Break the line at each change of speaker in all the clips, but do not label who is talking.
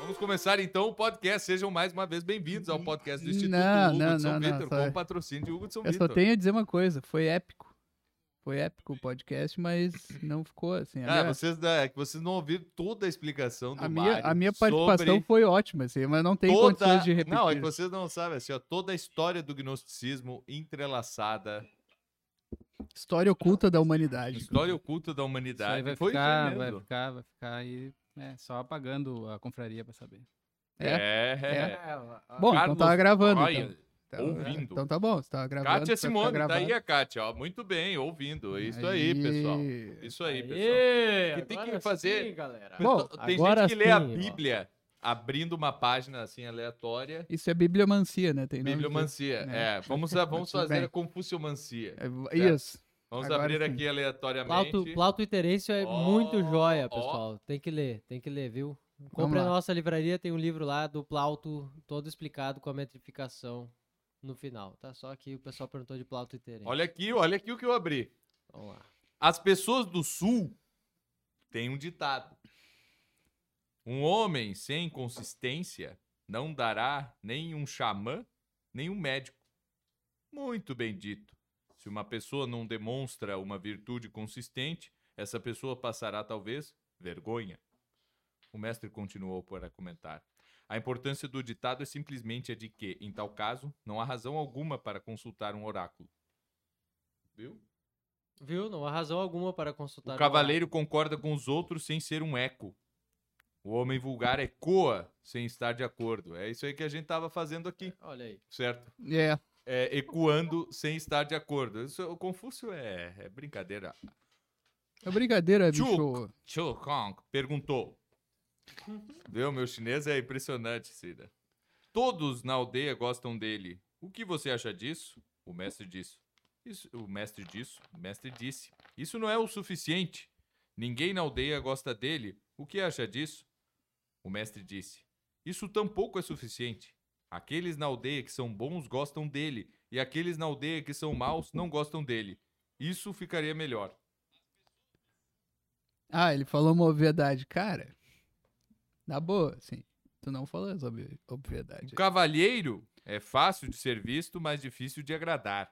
Vamos começar então o podcast. Sejam mais uma vez bem-vindos ao podcast do Instituto
Não,
Hugo
não,
de São
não, não,
Vitor,
só-
com o patrocínio de Hugo de São
Eu só
Vitor.
tenho a dizer uma coisa, foi épico. Foi épico o podcast, mas não ficou assim. A
Ah,
minha,
vocês, da- é que vocês não ouviram toda a explicação do
a minha,
Mário
a minha participação
sobre
foi ótima, assim, mas não tem
toda...
condições de repetir.
Não, é que vocês não sabem, assim, ó, toda a história do gnosticismo entrelaçada,
História oculta da humanidade.
história oculta
Isso
da
aí
humanidade.
vai
foi
ficar, vai
tremendo.
ficar, vai ficar aí. É, só apagando a confraria pra saber.
É,
É.
a-
Bom, então
Carlos
tava gravando.
Olha,
então. Então,
ouvindo.
então tá bom, você tava gravando.
Kátia
vai ficar
Simone, tá
gravado.
aí a Kátia, ó, muito bem, ouvindo. É isso aí, pessoal. Isso aí, pessoal.
Aê,
Que tem que
agora
fazer-
sim, galera.
Bom,
Pessoal, tem
agora
gente que lê a
sim, ó.
Bíblia abrindo uma página assim aleatória.
Isso é bibliomancia, né? Tem nome de-
Bibliomancia.
né?
É, vamos, vamos
Tudo
fazer
bem.
a confussiomancia.
É, Isso.
Vamos
Agora
abrir
sim.
aqui aleatoriamente.
Plauto, Plauto e Terêncio é
Ó,
muito joia,
ó.
pessoal. Tem que ler, tem que ler, viu? Compre
lá.
na nossa livraria, tem um livro lá do Plauto, todo explicado com a metrificação no final. Tá só que o pessoal perguntou de Plauto e Terêncio.
Olha aqui, olha aqui o que eu abri.
Vamos lá.
As pessoas do sul têm um ditado. Um homem sem consistência não dará nem um xamã, nem um médico. Muito bem dito. Se uma pessoa não demonstra uma virtude consistente, essa pessoa passará talvez vergonha. O mestre continuou para comentar. A importância do ditado é simplesmente a de que, em tal caso, não há razão alguma para consultar um oráculo. Viu?
Viu? Não há razão alguma para consultar.
O
o
cavaleiro concorda com os outros sem ser um eco. O homem vulgar ecoa sem estar de acordo. É isso aí que a gente tava fazendo aqui,
oráculo. Olha aí.
certo?
É.
É, ecoando sem estar de acordo. Isso- o Confúcio é, é brincadeira.
É brincadeira, bicho.
Tchuc. Chu Kong perguntou. Viu? Meu chinês é impressionante, Cida. Todos na aldeia gostam dele. O que você acha disso? O mestre disse. Isso, o mestre disse. O mestre disse. Isso não é o suficiente. Ninguém na aldeia gosta dele. O que acha disso? O mestre disse. Isso tampouco é suficiente. Aqueles na aldeia que são bons gostam dele, e aqueles na aldeia que são maus não gostam dele. Isso ficaria melhor.
Ah, ele falou uma obviedade. Cara, na boa, assim. Tu não falou essa obvi- obviedade.
O cavalheiro é fácil de ser visto, mas difícil de agradar.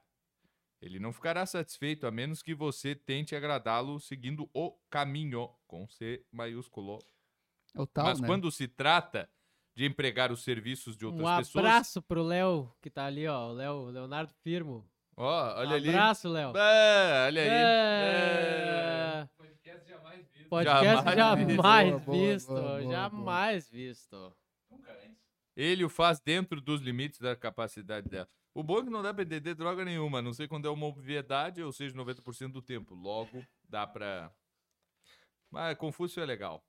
Ele não ficará satisfeito a menos que você tente agradá-lo seguindo o caminho, com C maiúsculo.
É o tal,
mas
né?
quando se trata de empregar os serviços de outras
Um
pessoas.
abraço pro Léo, que tá ali, ó. O Léo, o Leonardo Firmo.
Ó, olha ali.
Um Abraço, Léo.
Ah, olha aí. É.
É. Podcast
Podcast
jamais visto.
jamais visto. Boa, boa, boa,
jamais visto.
Ele o faz dentro dos limites da capacidade dela. O bom é que não dá pra entender droga nenhuma, a não sei quando é uma obviedade, ou seja, 90% do tempo. Logo, dá pra. Mas Confúcio é legal.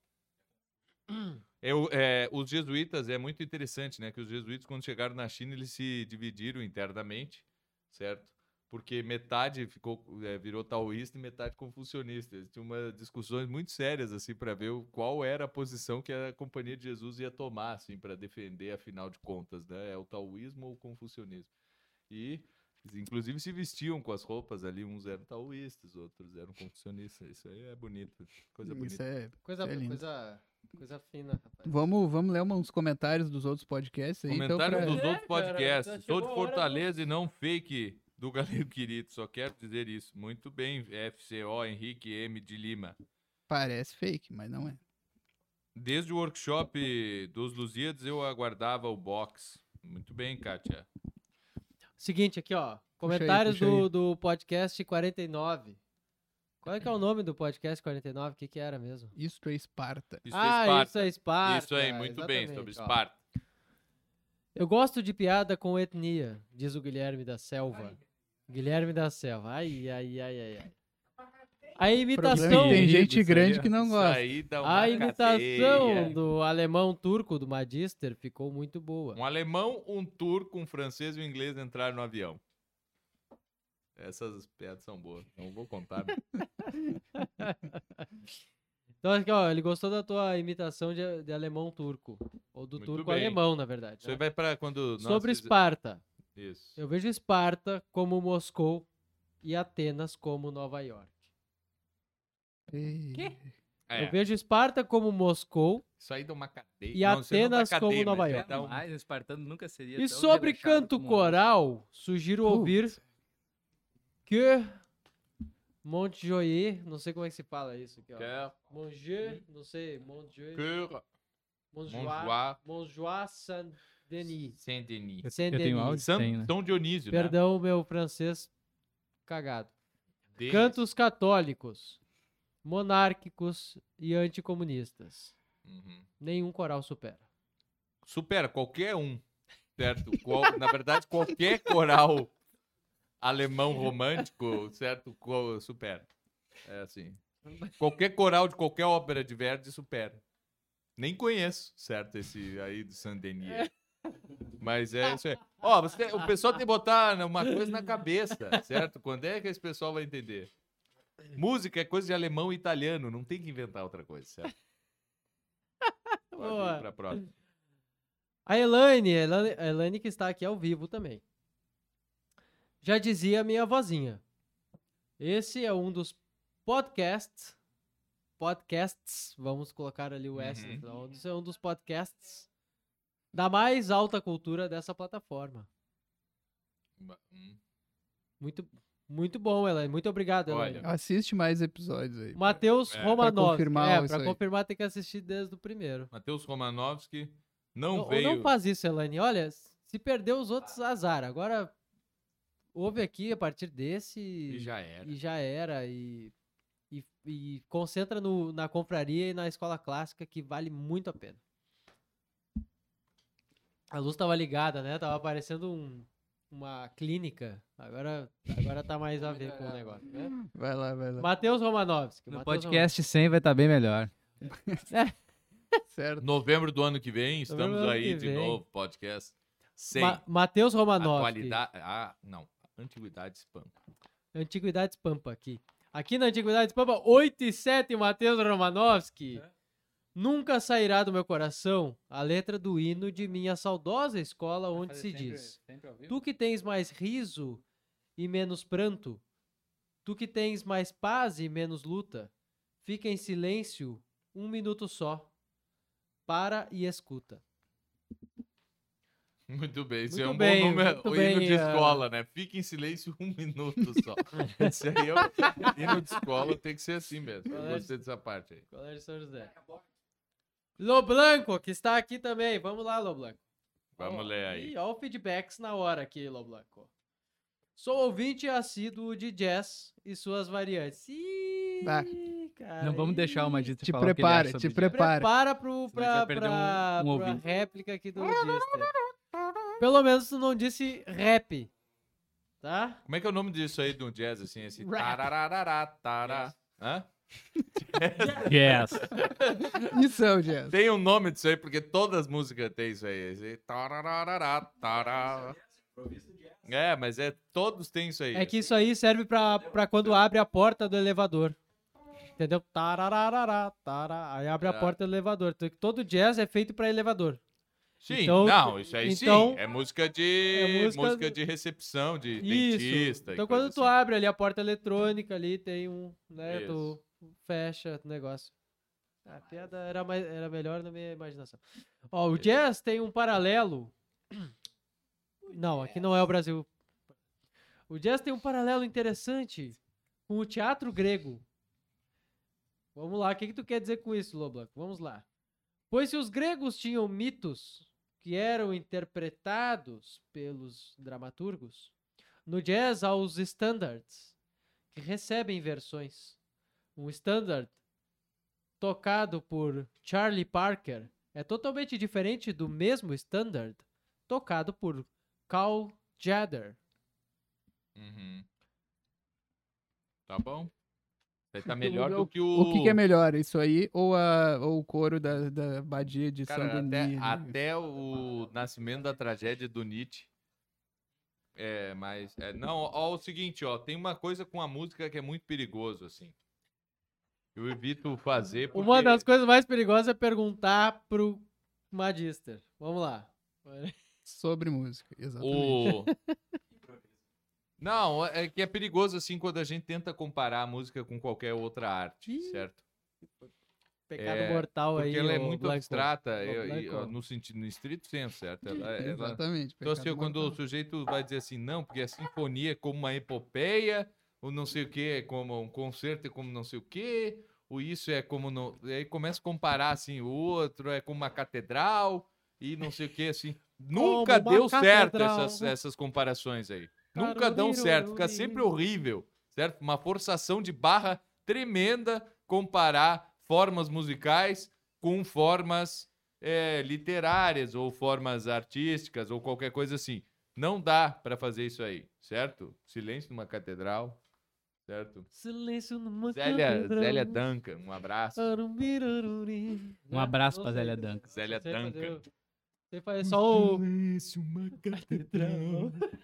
É o- é, os jesuítas, é muito interessante, né? Que os jesuítas, quando chegaram na China, eles se dividiram internamente, certo? Porque metade ficou, é, virou taoísta e metade confucionista. Eles tinham uma, discussões muito sérias, assim, para ver o- qual era a posição que a Companhia de Jesus ia tomar, assim, para defender, afinal de contas, né? É o taoísmo ou o confucionismo? E, inclusive, se vestiam com as roupas ali, uns eram taoístas, outros eram confucionistas. Isso aí é bonito, coisa bonita.
Isso é...
Coisa,
lindo.
coisa, coisa fina, rapaz.
Vamos, vamos ler uns comentários dos outros podcasts aí. então,
Comentário
pra-
dos
É,
outros
cara,
podcasts. Sou
já chegou a
de
hora
Fortaleza e não fake do Galego Querido. Só quero dizer isso. Muito bem, FCO Henrique M. de Lima.
Parece fake, mas não é.
Desde o workshop dos Lusíadas eu aguardava o box. Muito bem, Kátia.
Seguinte, aqui, ó.
aí,
Comentários
puxa aí.
do, do podcast 49. Qual é que é o nome do podcast 49? O que, que era mesmo?
Isto é Esparta.
Isso
ah,
é Esparta.
isso é Esparta.
Isso aí, muito bem, sobre
exatamente, ó.
Esparta.
Eu gosto de piada com etnia, diz o Guilherme da Selva. Guilherme da Selva. Ai, ai, ai, ai, ai. A
Problema é
imitação.
que tem gente
Isso aí,
grande
ó.
que não
Isso
gosta.
aí dá uma
A imitação
cadeia.
do alemão turco do Magister ficou muito boa.
Um alemão, um turco, um francês e um inglês entraram no avião. Essas piadas são boas. Não vou contar.
Então, aqui, ó, ele gostou da tua imitação de, de alemão turco. Ou do
Muito
turco
bem.
alemão, na verdade.
Isso aí
né?
vai pra quando. nós
Sobre
fizer-
Esparta.
Isso.
Eu vejo Esparta como Moscou e Atenas como Nova York.
E-
Quê?
É,
Eu vejo Esparta como Moscou.
Isso aí dá uma cadeia.
E
é
Atenas como Nova York.
Então,
Jamais, o um espartano nunca seria
E
um
tão
sobre
rebaixado
canto
como-
coral, sugiro
Putz.
ouvir que Montjoie, não sei como é que se fala isso aqui, ó. Montjoie, não sei, Montjoie, Montjoie,
Montjoie,
Montjoie Saint-Denis.
Saint-Denis.
Eu, eu
Saint-Denis.
tenho áudio?
São,
Tem, né?
São Dionísio, né?
Perdão, meu francês cagado.
Deles.
Cantos católicos, monárquicos e anticomunistas.
Uhum.
Nenhum coral supera.
Supera qualquer um, certo? Qual- na verdade, qualquer coral alemão romântico, certo? Co- Supera. É assim. Qualquer coral de qualquer ópera de Verdi supera. Nem conheço, certo? Esse aí do Saint-Denis. Mas é isso aí. Ó, você, o pessoal tem que botar uma coisa na cabeça, certo? Quando é que esse pessoal vai entender? Música é coisa de alemão e italiano, não tem que inventar outra coisa, certo? Pode
Boa.
ir pra próxima.
A Elaine, a Elaine, a Elaine que está aqui ao vivo também. Já dizia a minha vozinha. Esse é um dos podcasts. Podcasts, vamos colocar ali o S
Uhum.
no final. Esse é um dos podcasts da mais alta cultura dessa plataforma.
Ba- hum.
Muito, muito bom, Elaine. Muito obrigado, Elaine.
Olha,
Assiste mais episódios aí.
Matheus
É, pra
Romanov.
confirmar
é,
isso
pra
aí.
confirmar tem que assistir desde o primeiro.
Matheus Romanovski não,
Não,
veio.
não faz isso, Elaine. Olha, se perder os outros, azar. Agora, houve aqui a partir desse
E já era.
e já era. E, e- e concentra no- na confraria e na escola clássica, que vale muito a pena. A luz tava ligada, né? Tava parecendo um- uma clínica. Agora, agora tá mais a ver com o negócio. Né?
Vai lá, vai lá.
Matheus Romanovski.
No
Matheus
podcast 100 vai estar bem melhor.
Certo.
Novembro do ano que vem, estamos
Novembro do ano
aí
que
de
vem.
novo, podcast. Sem
Ma Matheus Romanovski.
atualidade. Ah, não. Antiguidade spam.
Antiguidades Pampa aqui. Aqui na Antiguidades Pampa, 8 e 7, Matheus Romanovski. Nunca sairá do meu coração a letra do hino de minha saudosa escola onde se diz: Tu que tens mais riso e menos pranto, tu que tens mais paz e menos luta, fica em silêncio um minuto só. Para e escuta.
Muito bem, isso é
Muito
um
bem,
bom número.
muito
O hino
bem,
de
ah.
escola, né? Fique em silêncio um minuto só. Isso aí é o hino de escola, tem que ser assim mesmo. Eu
Colégio-
gostei dessa parte aí.
Colégio São é, José. Loblanco, que está aqui também. Vamos lá, Loblanco.
Vamos
Ó,
ler aí.
E ó, o feedbacks na hora aqui, Loblanco. Sou ouvinte assíduo de jazz e suas variantes. Ih,
Ah.
cara.
Não vamos
ih.
deixar o Magista
Te
falar o que ele
prepara,
acha
te
sobre jazz.
Prepara.
Prepara pro,
Senão a
pra,
gente vai perder um-
pra,
um
pra
ouvinte.
réplica aqui do Dister. Pelo menos tu não disse rap, tá?
Como é que é o nome disso aí do jazz, assim? Esse
Rap.
tarararará, tará. Hã?
Yes.
Isso é o jazz.
Tem um nome disso aí, porque todas as músicas têm isso aí. Esse tarararará, tará. É, mas é, todos têm isso aí.
É que isso aí serve pra, pra quando abre a porta do elevador. Entendeu? Tarararará, tará, aí abre a
Tá.
porta do elevador. Todo jazz é feito pra elevador.
Sim,
então-
não, isso aí
então-
sim. É música de.
É música-
música... de recepção, de
Isso.
dentista. e
Então
coisa
quando tu
assim.
abre ali a porta eletrônica ali, tem um, né, tu
Isso.
fecha o negócio. A piada era, mais, era melhor na minha imaginação. Ó, o jazz tem um paralelo. Não, aqui não é o Brasil. O jazz tem um paralelo interessante com o teatro grego. Vamos lá, o que, que tu quer dizer com isso, Loblanc? Vamos lá. Pois se os gregos tinham mitos que eram interpretados pelos dramaturgos, no jazz há os standards, que recebem versões. Um standard tocado por Charlie Parker é totalmente diferente do mesmo standard tocado por Carl Jader.
Uhum. Tá bom? Você tá melhor do que o.
O que, que é melhor, isso aí ou, a, ou o coro da, da abadia
é
de São
Cara, até,
né?
Denis? ali?
até o nascimento da tragédia do Nietzsche. É, mas. é, não, ó, o seguinte, ó. Tem uma coisa com a música que é muito perigoso, assim. Eu evito fazer. Porque...
Uma das coisas mais perigosas é perguntar pro Magister. Vamos lá.
Sobre música, exatamente.
O... Não, é que é perigoso assim quando a gente tenta comparar a música com qualquer outra arte,
Ih.
certo?
pecado
É,
mortal aí.
Porque ela é
ô,
muito
Black
abstrata,
Ô,
eu-
Black
e, ó,
Hole.
no sentido, no estrito senso, certo? Ela, ela,
Exatamente.
é, então, assim, ó,
pecado
quando o
mortal.
sujeito vai dizer assim, não, porque a sinfonia é como uma epopeia, o não sei o que é como um concerto, é como não sei o que, o isso é como não. E aí começa a comparar assim, o outro é como uma catedral e não sei o que, assim. Nunca
uma
deu certo
catedral.
essas, essas comparações aí.
Caroliro,
Nunca dão certo, fica
Caroliro.
sempre horrível, certo? Uma forçação de barra tremenda comparar formas musicais com formas é, literárias ou formas artísticas ou qualquer coisa assim. Não dá pra fazer isso aí, certo? Silêncio numa catedral, certo?
Silêncio numa
Zélia,
catedral.
Zélia Duncan, um abraço.
Arumbirururim.
Um abraço
Não
pra
sei,
Zélia
não
Duncan.
Zélia
sei fazer
Duncan.
o- Sei fazer só o.
Silêncio, uma catedral.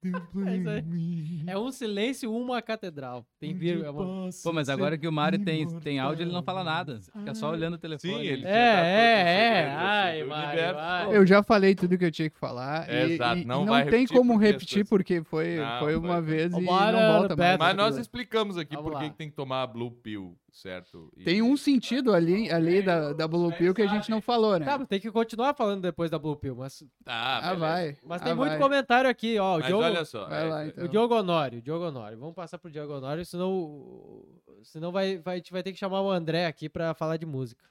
É isso aí. É um silêncio, uma catedral. Tem vírgula. é uma-
Pô, mas agora que o Mário tem, tem áudio, ele não fala nada. Fica
Ah.
só olhando o telefone.
Sim, ele
É,
já tá todo
é, é.
segredo,
Ai,
assim, do
vai,
universo.
vai.
Eu já falei tudo que eu tinha que falar. e-
Exato,
e- e
não
não
vai
tem
repetir
como
porque as
repetir,
pessoas-
porque foi,
Não,
foi uma
vai-
vez e não
Bora,
volta mais.
Beto.
Mas nós explicamos aqui
Vamos
por que
lá.
que tem que tomar a Blue Pill, certo? E-
Tem um sentido ali,
é,
ali da, da Blue Pill que a gente não falou, né?
Tá, mas tem que continuar falando depois da Blue Pill, mas,
Tá,
Ah,
beleza.
vai.
mas
ah,
tem muito
vai.
comentário aqui, ó. O
Mas
Diogo,
olha só.
Vai
é-
lá, então.
o Diogo Honório, o Diogo Honório. Vamos passar pro Diogo Honório, senão, o- senão vai, vai, a gente vai ter que chamar o André aqui pra falar de música.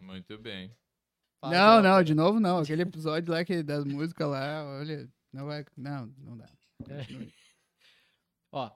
Muito bem.
Fala,
Não,
Diogo.
não, de novo não. Aquele episódio lá que, das músicas lá, olha, não vai. Não, não dá. Continue.
Ó,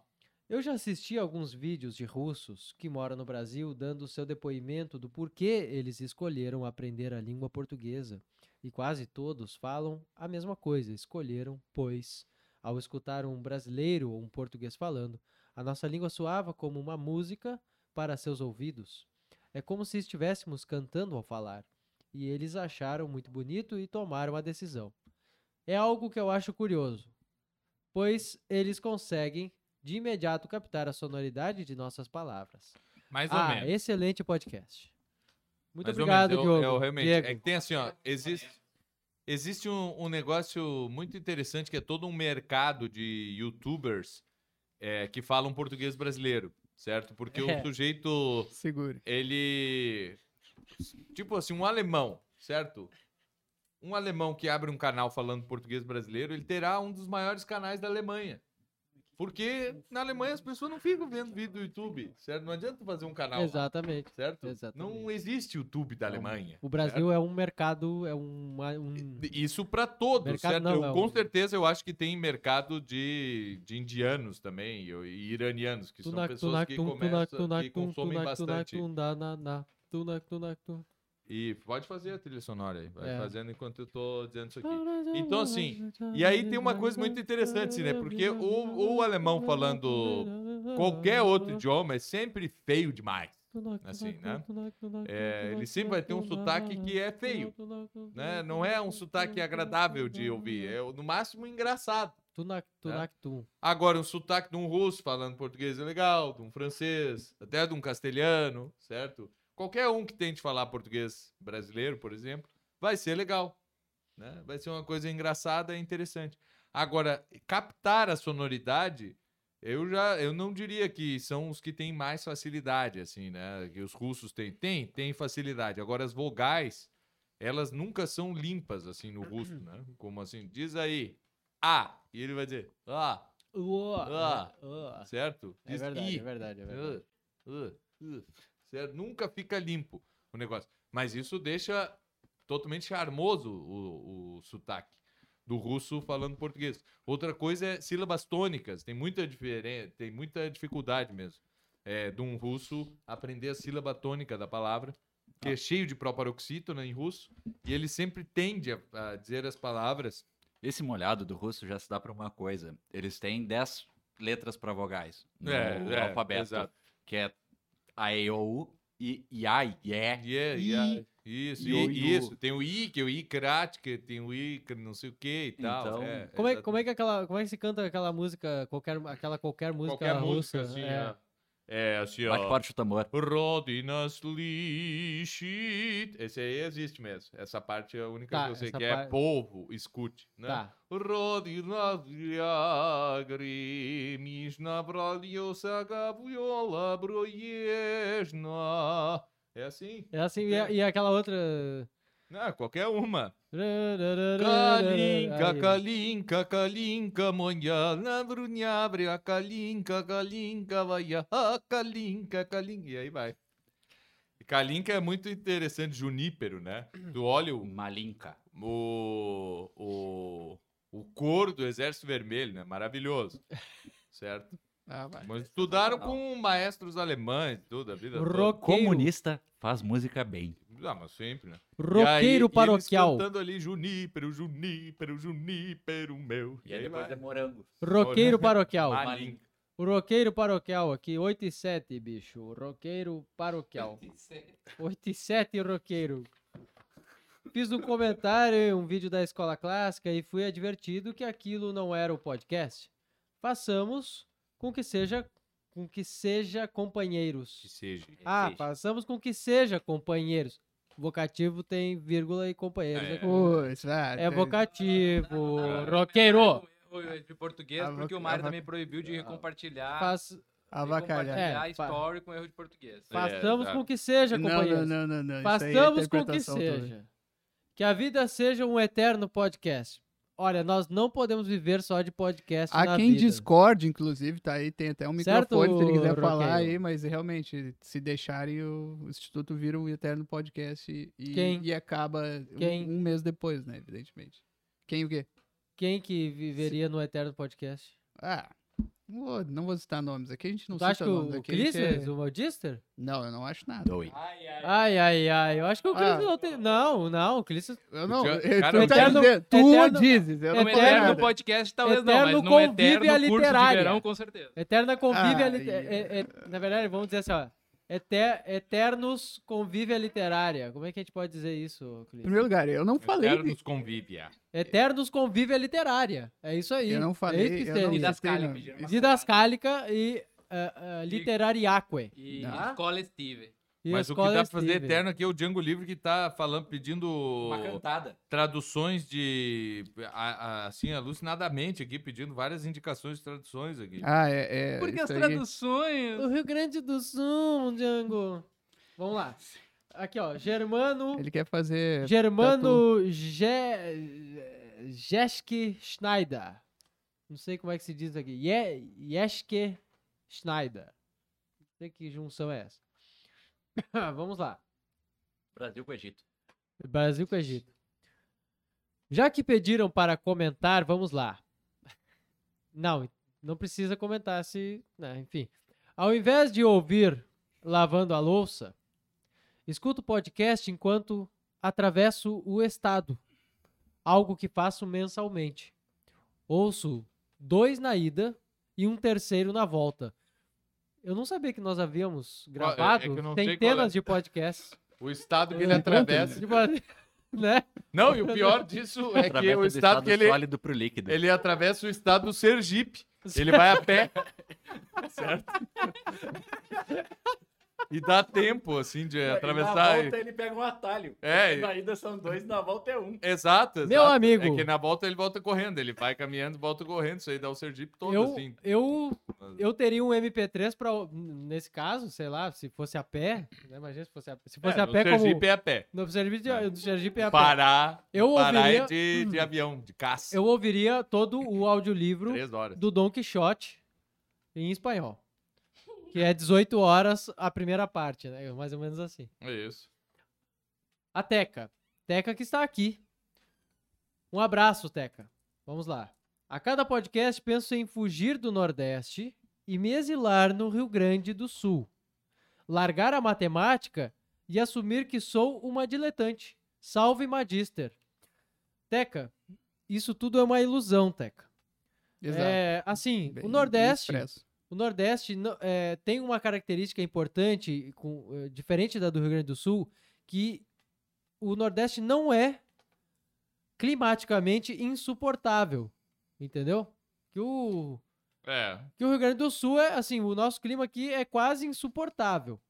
eu já assisti alguns vídeos de russos que moram no Brasil dando o seu depoimento do porquê eles escolheram aprender a língua portuguesa. E quase todos falam a mesma coisa, escolheram, pois, ao escutar um brasileiro ou um português falando, a nossa língua soava como uma música para seus ouvidos. É como se estivéssemos cantando ao falar. E eles acharam muito bonito e tomaram a decisão. É algo que eu acho curioso, pois eles conseguem de imediato captar a sonoridade de nossas palavras.
Mais ou
ah,
menos.
excelente podcast. Muito
Mais ou menos,
obrigado,
eu-
Diogo.
eu realmente.
Diego.
É que tem assim, ó. Existe, existe um, um negócio muito interessante que é todo um mercado de youtubers é, que falam português brasileiro, certo? Porque
É.
o sujeito,
Segure.
ele. Tipo assim, um alemão, certo? Um alemão que abre um canal falando português brasileiro, ele terá um dos maiores canais da Alemanha. Porque na Alemanha as pessoas não ficam vendo vídeo do YouTube, certo? Não adianta tu fazer um canal. lá
Exatamente.
certo? Não
Exatamente.
existe YouTube da Alemanha.
O Brasil é um mercado, é uma- um.
Isso pra todos,
Mercado
certo?
não,
Eu,
é um-
com certeza eu acho que tem mercado de, de indianos também eu- e iranianos, que são
tunac,
pessoas
tunac,
que,
tum,
começam,
tunac,
que
tunac, tum,
consomem
tunac, tunac,
bastante.
tum, dá, na, na, tunac, tunac, tum.
E pode fazer a trilha sonora aí, vai
É.
fazendo enquanto eu tô dizendo isso aqui. Então, assim, E aí tem uma coisa muito interessante, assim, né? Porque o, o alemão falando
Ah.
qualquer outro idioma é sempre feio demais. assim, né? É, ele sempre vai ter um sotaque que é feio, né? Não é um sotaque agradável de ouvir, é Né? no máximo engraçado.
Tunac, tunac, tum.
Agora, um sotaque de um russo falando português é legal, de um francês, até de um castelhano, certo? Qualquer um que tente falar português brasileiro, por exemplo, vai ser legal. Né? Vai ser uma coisa engraçada e interessante. Agora, captar a sonoridade, eu já eu não diria que são os que têm mais facilidade, assim, né? Que os russos têm. Tem, tem facilidade. Agora, as vogais, elas nunca são limpas, assim, no russo, né? Como assim, diz aí, A, e ele vai dizer, ah, Ah. certo?
É verdade, é verdade, é
"Ih",
verdade.
"Ih", "Ih", uh, certo? Nunca fica limpo o negócio. Mas isso deixa totalmente charmoso o, o sotaque do russo falando português. Outra coisa é sílabas tônicas. Tem muita diferença, tem muita dificuldade mesmo. É, de um russo aprender a sílaba tônica da palavra, que
Ah.
é cheio de proparoxítona em russo, e ele sempre tende a- a dizer as palavras
Esse molhado do russo já se dá pra uma coisa. Eles têm 10 letras pra vogais no alfabeto,
É, exato.
que é a, e, o, u e iá, ié.
Yeah,
I.
yeah. Isso,
Io,
i-
io.
isso. Tem o I, que é o I crática, tem o I, que não sei o que e tal.
Então,
é,
Como é,
exatamente.
como é que aquela, como é que se canta aquela música, qualquer, aquela qualquer música
Qualquer
russa?
música, assim,
é.
é. É, assim,
Bate
ó.
forte o tambor.
Rodinas lixit. Esse aí existe mesmo. Essa parte é a única
Tá,
que eu sei
essa
que é
par-
povo, escute. Né?
Tá.
Rodinas lagrimis navraliosa gaviola broiesna. É assim.
É assim, e, a- e aquela outra.
Ah, qualquer uma.
Aí.
Calinca, calinca, calinca, manhã, na brunhabre, a calinca, calinca, vai, a calinca, calinca, e aí vai. E Calinca é muito interessante, junípero, né? Tu olha o,
Malinca.
o, o, o cor do Exército Vermelho, né? Maravilhoso, certo?
Ah, vai.
Mas estudaram com maestros alemães, tudo, a vida toda.
Roqueiro,
Comunista faz música bem.
Ah, mas sempre, né? E aí, e
roqueiro
eles
paroquial.
cantando ali, junípero, junípero, junípero meu.
E aí depois
vai.
é morango.
Roqueiro
Ah,
paroquial.
Malinca.
O roqueiro paroquial aqui, 8 e 7, bicho. O roqueiro paroquial. 8 e 7, roqueiro. Fiz um comentário em um vídeo da escola clássica e fui advertido que aquilo não era o podcast. Façamos com que seja com que seja
Que
companheiros.
seja.
Ah,
seja.
façamos com que seja companheiros. Vocativo tem vírgula e companheiros.
É.
aqui.
Pois, ah, tem-
É vocativo, roqueiro.
De português,
Ah,
porque o
vaca-
Mário
ah,
também proibiu de
é.
compartilhar,
Faz-
Avacalhar.
É,
compartilhar
fa-
story com erro de português.
façamos
exato.
com que seja
não,
companheiros.
não, não, não, não. isso aí é
Façamos com que
interpretação toda.
seja. Que a vida seja um eterno podcast. Olha, nós não podemos viver só de podcast
Há
na
quem
vida.
discorde, inclusive, tá aí, tem até um
Certo,
microfone se ele quiser falar
roqueiro?
aí, mas realmente, se deixarem, o o Instituto vira um eterno podcast e, e-
Quem?
e acaba um-
Quem?
Um, mês depois, né, evidentemente. Quem o quê?
Quem que viveria no eterno podcast?
Ah, não vou, não vou citar nomes aqui, a gente não é
tu
cita
acha que
nomes
o, o
aqui. a gente
Clísteres,
é-
o Maldister?
Não, eu não acho nada.
Doi.
Ai, ai, ai. Eu acho que o
Ah.
Clísteres não tem... Não, não, o Clísteres...
Eu não,
Cara,
eu-
cara,
tu, tá
eterno-
dizendo, tu
eterno-
dizes, eu não
No
falei
Eterno
eterno
nada.
podcast, talvez
Eterno
não, mas no
convívio é
eterno curso de
literário.
verão, com certeza.
Eterna convívia...
Ai.
lite- é- é- é- Na verdade, vamos dizer assim, ó. Ete- Eternos convívia literária. Como é que a gente pode dizer isso,
Em
Clísteres?
primeiro lugar, eu não falei.
Quero nos é. convívia.
Eternos convívia literária. É isso aí.
Eu
É
não falei. eu
isso,
não
Clísteres.
citei
Didascálica,
nome.
pediram uma
Didascálica e uh, uh, literariaque.
E
Tá.
escola é Steve.
E
Mas o que
Scholar
dá pra fazer
Steve.
eterno aqui é o Django Livre que tá falando, pedindo
Uma cantada.
traduções de. a- a- assim, alucinadamente aqui, pedindo várias indicações de traduções aqui.
Ah, é. é
Porque as
isso aí.
é
traduções.
O Rio Grande do Sul, Django. Vamos lá. Aqui, ó.
É,
Germano.
Ele quer fazer.
Germano Je... Jeske Schneider. Não sei como é que se diz aqui. Ye... Jeske Schneider. Não sei que junção é essa. Vamos lá.
Brasil com Egito.
Brasil com Egito. Já que pediram para comentar, vamos lá. Não, não precisa comentar se. né, enfim. Ao invés de ouvir lavando a louça, escuto o podcast enquanto atravesso o estado. Algo que faço mensalmente. Ouço dois na ida e um terceiro na volta. Eu não sabia que nós havíamos
Qual- é- é que
gravado
eu não sei qual é.
centenas de podcasts.
O estado que ele
Ele conta,
atravessa.
Tipo, né?
Não, e o pior disso é que
Atravessa
o
do
estado que ele.
sólido pro líquido.
Ele atravessa o estado do Sergipe. Ele vai a pé. certo? E dá tempo, assim, de atravessar.
ele pega um atalho.
É, e-
ida são dois, na volta é um.
Exato, exato.
Meu amigo.
É que na volta ele volta correndo, ele vai caminhando, volta correndo, isso aí dá o Sergipe todo,
eu,
assim.
eu, eu teria um MP3 para nesse caso, sei lá, se fosse a pé, né? imagina se fosse a, se fosse
É,
a
no
pé como
Sergipe é a pé.
no Sergipe, é- no Sergipe é a pé.
Pará,
Eu
Pará
ouviria- Hum.
é de, de avião, de caça.
Eu ouviria todo o audiolivro
Três horas.
do Don Quixote em espanhol, que é 18 horas a primeira parte, né? Mais ou menos assim.
É isso.
A Teca. Teca que está aqui. Um abraço, Teca. Vamos lá. A cada podcast penso em fugir do Nordeste e me exilar no Rio Grande do Sul. Largar a matemática e assumir que sou uma diletante. Salve Magister. Teca, isso tudo é uma ilusão, Teca.
Exato.
É, assim,
Bem
o Nordeste
expresso.
o Nordeste no- eh, tem uma característica importante, com- eh, diferente da do Rio Grande do Sul, que o Nordeste não é climaticamente insuportável. Entendeu? Que o,
É.
que o Rio Grande do Sul é assim, o nosso clima aqui é quase insuportável.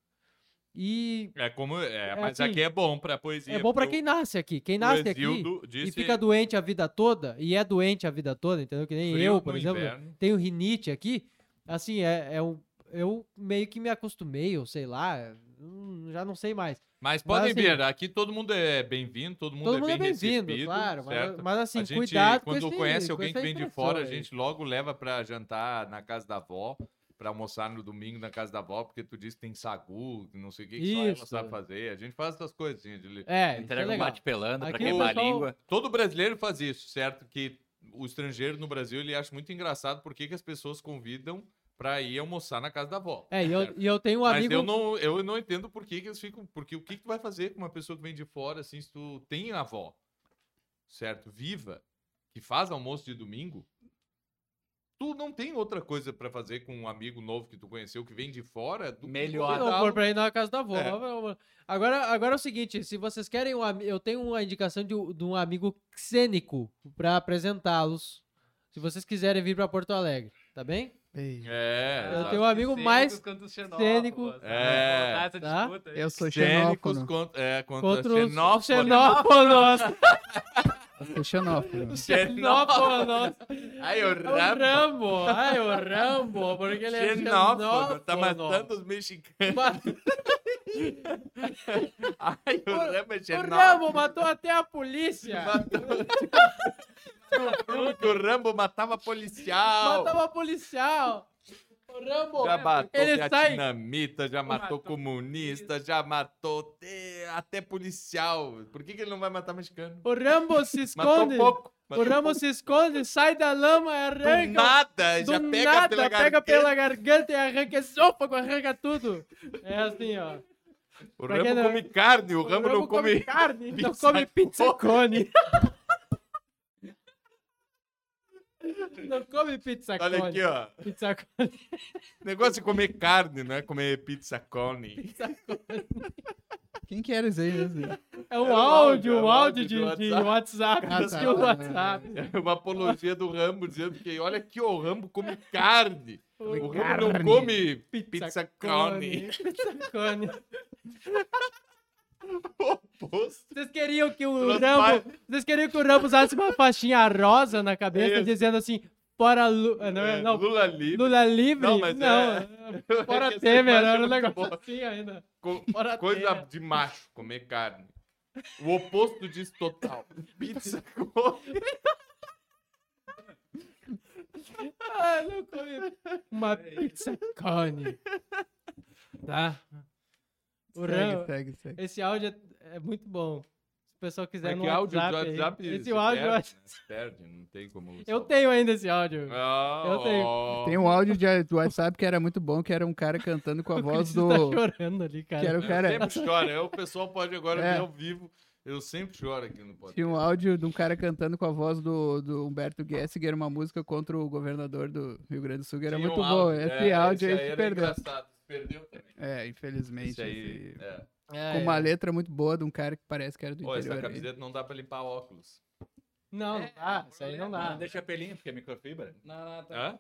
E
É como. É,
É
mas
assim,
aqui é bom pra poesia.
é bom pra
porque
quem nasce aqui. Quem
o-
nasce
o
aqui
Exildo
e
disse
fica doente a vida toda, e é doente a vida toda, entendeu? Que nem
frio
eu, por
no
exemplo
inverno.
tenho rinite aqui, assim, é, é um, eu meio que me acostumei, ou sei lá, hum, já não sei mais.
Mas podem
assim-
ver, aqui todo mundo é bem-vindo, todo mundo
Todo
é
mundo é
bem
bem-vindo,
recebido,
claro. Mas,
certo?
mas assim,
a gente,
cuidado com
quando
esse-
conhece
com
alguém que
essa
vem de
impressão
fora, a
aí.
gente logo leva pra jantar na casa da avó, pra almoçar no domingo na casa da avó, porque tu diz que tem sagu, que não sei o que, que só ela
Isso.
sabe fazer. A gente faz essas coisinhas. De...
É, isso é
Entrega um
legal.
bate pelando pra
Aqui o
queimar a
pessoal-
língua.
Todo brasileiro faz isso, certo? Que o estrangeiro no Brasil, ele acha muito engraçado porque que as pessoas convidam pra ir almoçar na casa da avó.
É, e eu, e eu tenho um
Mas
amigo.
eu não, eu não entendo por que, que eles ficam. Porque o que, que tu vai fazer com uma pessoa que vem de fora, assim, se tu tem avó, certo? Viva, que faz almoço de domingo, tu não tem outra coisa pra fazer com um amigo novo que tu conheceu que vem de fora do que um
Melhor.
Se não
convidá-lo.
for pra ir na casa da avó.
É.
Agora, agora é o seguinte, se vocês querem um ami- eu tenho uma indicação de, um- de um amigo cênico pra apresentá-los. Se vocês quiserem vir pra Porto Alegre, tá bem?
Beijo.
É,
Eu
exato.
tenho um amigo mais cênico.
cênico.
É.
Tá?
Eu sou
Cênicos
xenófono.
contra, é, contra,
Contra os
xenófono.
xenófonos.
Eu sou xenófono.
Xenófonos.
Aí o
É o
Rambo.
Rambo. Ai, o Rambo. Porque ele é
Xenófono, tá matando os mexicanos. Ai, o Rambo é
O
xenófono.
Rambo matou até a polícia.
que o Rambo matava policial.
Matava policial. O Rambo.
Já matou
Ele sai-
vietnamita, já matou,
Matou
comunista, já matou te- até policial. Por que, que ele não vai matar mexicano?
O Rambo se
Matou
esconde.
pouco.
O
matou
Rambo se esconde, sai da lama,
pouco. Do
arranca.
nada, já
do
pega
nada,
pela
pega
garganta.
pela garganta e arranca esôfago, arranca tudo. É assim, ó.
O
Pra
Rambo
quem não-
come carne, o Rambo, não come...
carne, não
pizza
come pizza cone. não come pizza cone.
Olha aqui, ó.
Pizza cone.
O negócio é comer carne, não é comer pizza cone.
Quem que era isso aí mesmo?
É um
É um áudio,
áudio,
é
um áudio de,
do
de
WhatsApp.
WhatsApp.
Ah,
diz
tá.
que o WhatsApp.
É uma apologia do Rambo, dizendo que, olha aqui, ó, o Rambo come carne. O Rambo não
carne.
come
Pizza,
pizza
cone.
cone.
Pizza é cone.
O oposto.
Vocês queriam que o
Trouxe
Rambo. Vocês queriam que o Rambo usasse uma faixinha rosa na cabeça,
Isso.
dizendo assim, fora Lu... ah, não,
É,
não, Lula,
Lula livre.
livre?
Não,
Não,
mas é-
fora
essa
Temer,
imagem é
era um
muito
negócio
boa.
assim ainda.
Co-
Fora
coisa
terra.
de macho, comer carne. O oposto disso total. Pizza
um
come.
Ah, não come uma
É
pizza cone. Tá? O Rambo,
Segue, segue, segue.
esse áudio é é muito bom. Se o pessoal quiser
É
no
que áudio do
WhatsApp, aí.
WhatsApp.
esse
se
áudio eu
perde,
acho-
né? Se perde, não tem como.
eu
salvar.
tenho ainda esse áudio.
Ah,
Eu tenho.
ó.
Tem um áudio de, do WhatsApp que era muito bom, que era um cara cantando com a
O
voz
Cris
do.
tá chorando ali, cara.
Que era o
Eu
cara.
sempre choro. Eu, o pessoal pode agora
É.
ver ao vivo. Eu sempre choro aqui no podcast.
Tinha um áudio de um cara cantando com a voz do, do Humberto Gessinger, uma música contra o governador do Rio Grande do Sul, que era
Tinha um
muito bom.
áudio,
Esse
é,
áudio
esse
aí se
era
perdeu.
engraçado, se perdeu também.
É, infelizmente.
Esse aí,
esse-
é.
É,
Com
é.
uma letra muito boa de um cara que parece que era do
Ó, essa
interior. aí.
camiseta não dá pra limpar óculos.
Não,
É,
não dá. Isso aí não
Mas
dá.
Não deixa pelinho, porque é microfibra. Não, não, tá.
Hã?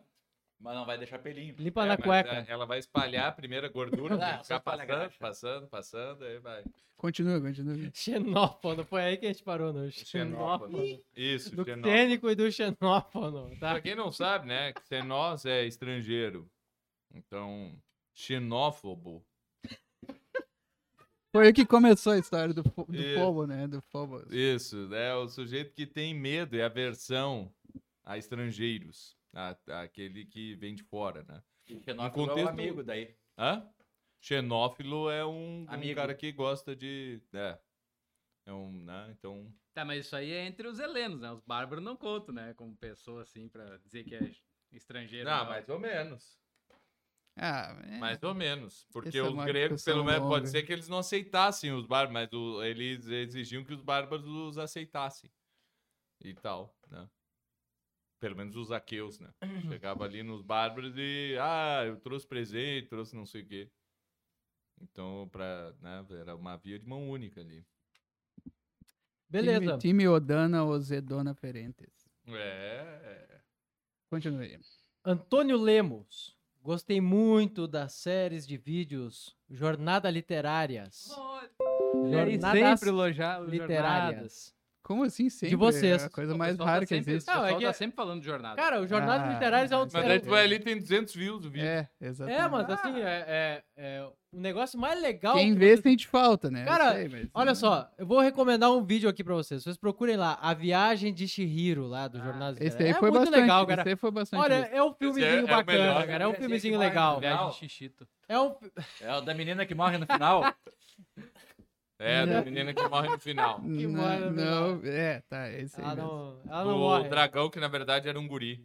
Mas não vai deixar pelinho.
Limpa
É,
na
mas,
cueca.
é, Ela vai espalhar a primeira gordura,
Ah,
vai
só
ficar
espalha a
passando,
graxa.
passando, passando, aí vai.
Continua, continua.
Xenófono, foi aí que a gente parou, não.
Xenófono.
Xenófono.
Isso,
Do
xenófono.
cênico e do xenófono, tá?
Pra quem não sabe, né, que xenós é estrangeiro. Então, xenófobo.
Foi aí que começou a história do, fo- do
Isso.
fobo, né? Do fobo.
Isso, é o sujeito que tem medo e aversão a estrangeiros. A, aquele que vem de fora, né?
O Xenófobo
No
é
contexto-
o amigo daí.
Hã? Xenófilo é um, um
Amigo.
cara que gosta de... É. É um, né, então...
Tá, mas isso aí é entre os helenos, né? Os bárbaros não contam, né? Como pessoa, assim, pra dizer que é estrangeiro.
Não, mais ou menos.
Ah, é.
Mais ou menos. Porque
Essa é
os
uma
gregos, pelo
discussão
menos, pode
longa.
ser que eles não aceitassem os bárbaros, mas o- eles exigiam que os bárbaros os aceitassem. E tal, né? Pelo menos os aqueus, né?
Uhum.
Chegava ali nos bárbaros e. Ah, eu trouxe presente, trouxe não sei o quê. Então, pra, né, era uma via de mão única ali.
Beleza.
Time, time Odana Ozedona Ferentes.
É.
Continue.
Antônio Lemos. Gostei muito das séries de vídeos Jornada Literárias.
Nossa,
Jornadas
sempre elogiar
Literárias.
Como assim sempre?
vocês.
É a coisa
O
mais
pessoal tá
rara que
sempre-
existe.
O
Não, é
pessoal
que
tá
é-
sempre falando de jornada.
Cara, o Jornadas
Ah,
Literárias é um dos.
Mas daí tu vai ali e tem 200 views do vídeo.
É, exatamente.
É, mas assim, é, é, é o negócio mais legal.
Quem
que
vê né?
você-
sente falta, né? Eu
Cara,
sei, mas-
Olha só, eu vou recomendar um vídeo aqui pra vocês. Vocês procurem lá, A Viagem de Shihiro, lá do
Ah,
Jornadas
Esse aí
Literárias.
foi
é muito
bastante.
legal, cara.
Esse aí foi bastante.
Olha,
visto.
é
Esse é-
um
é
filmezinho
o
bacana,
melhor.
cara. É um
Esse é
filmezinho
demais,
legal.
né?
Viagem
Não.
de xixito.
É um...
É o da menina que morre no final.
É, da menina que morre no final.
que
não,
mora, né,
não, é, tá, esse aí
Ela
mesmo.
Ah, não, ela não
O
morre.
dragão, que na verdade era um guri.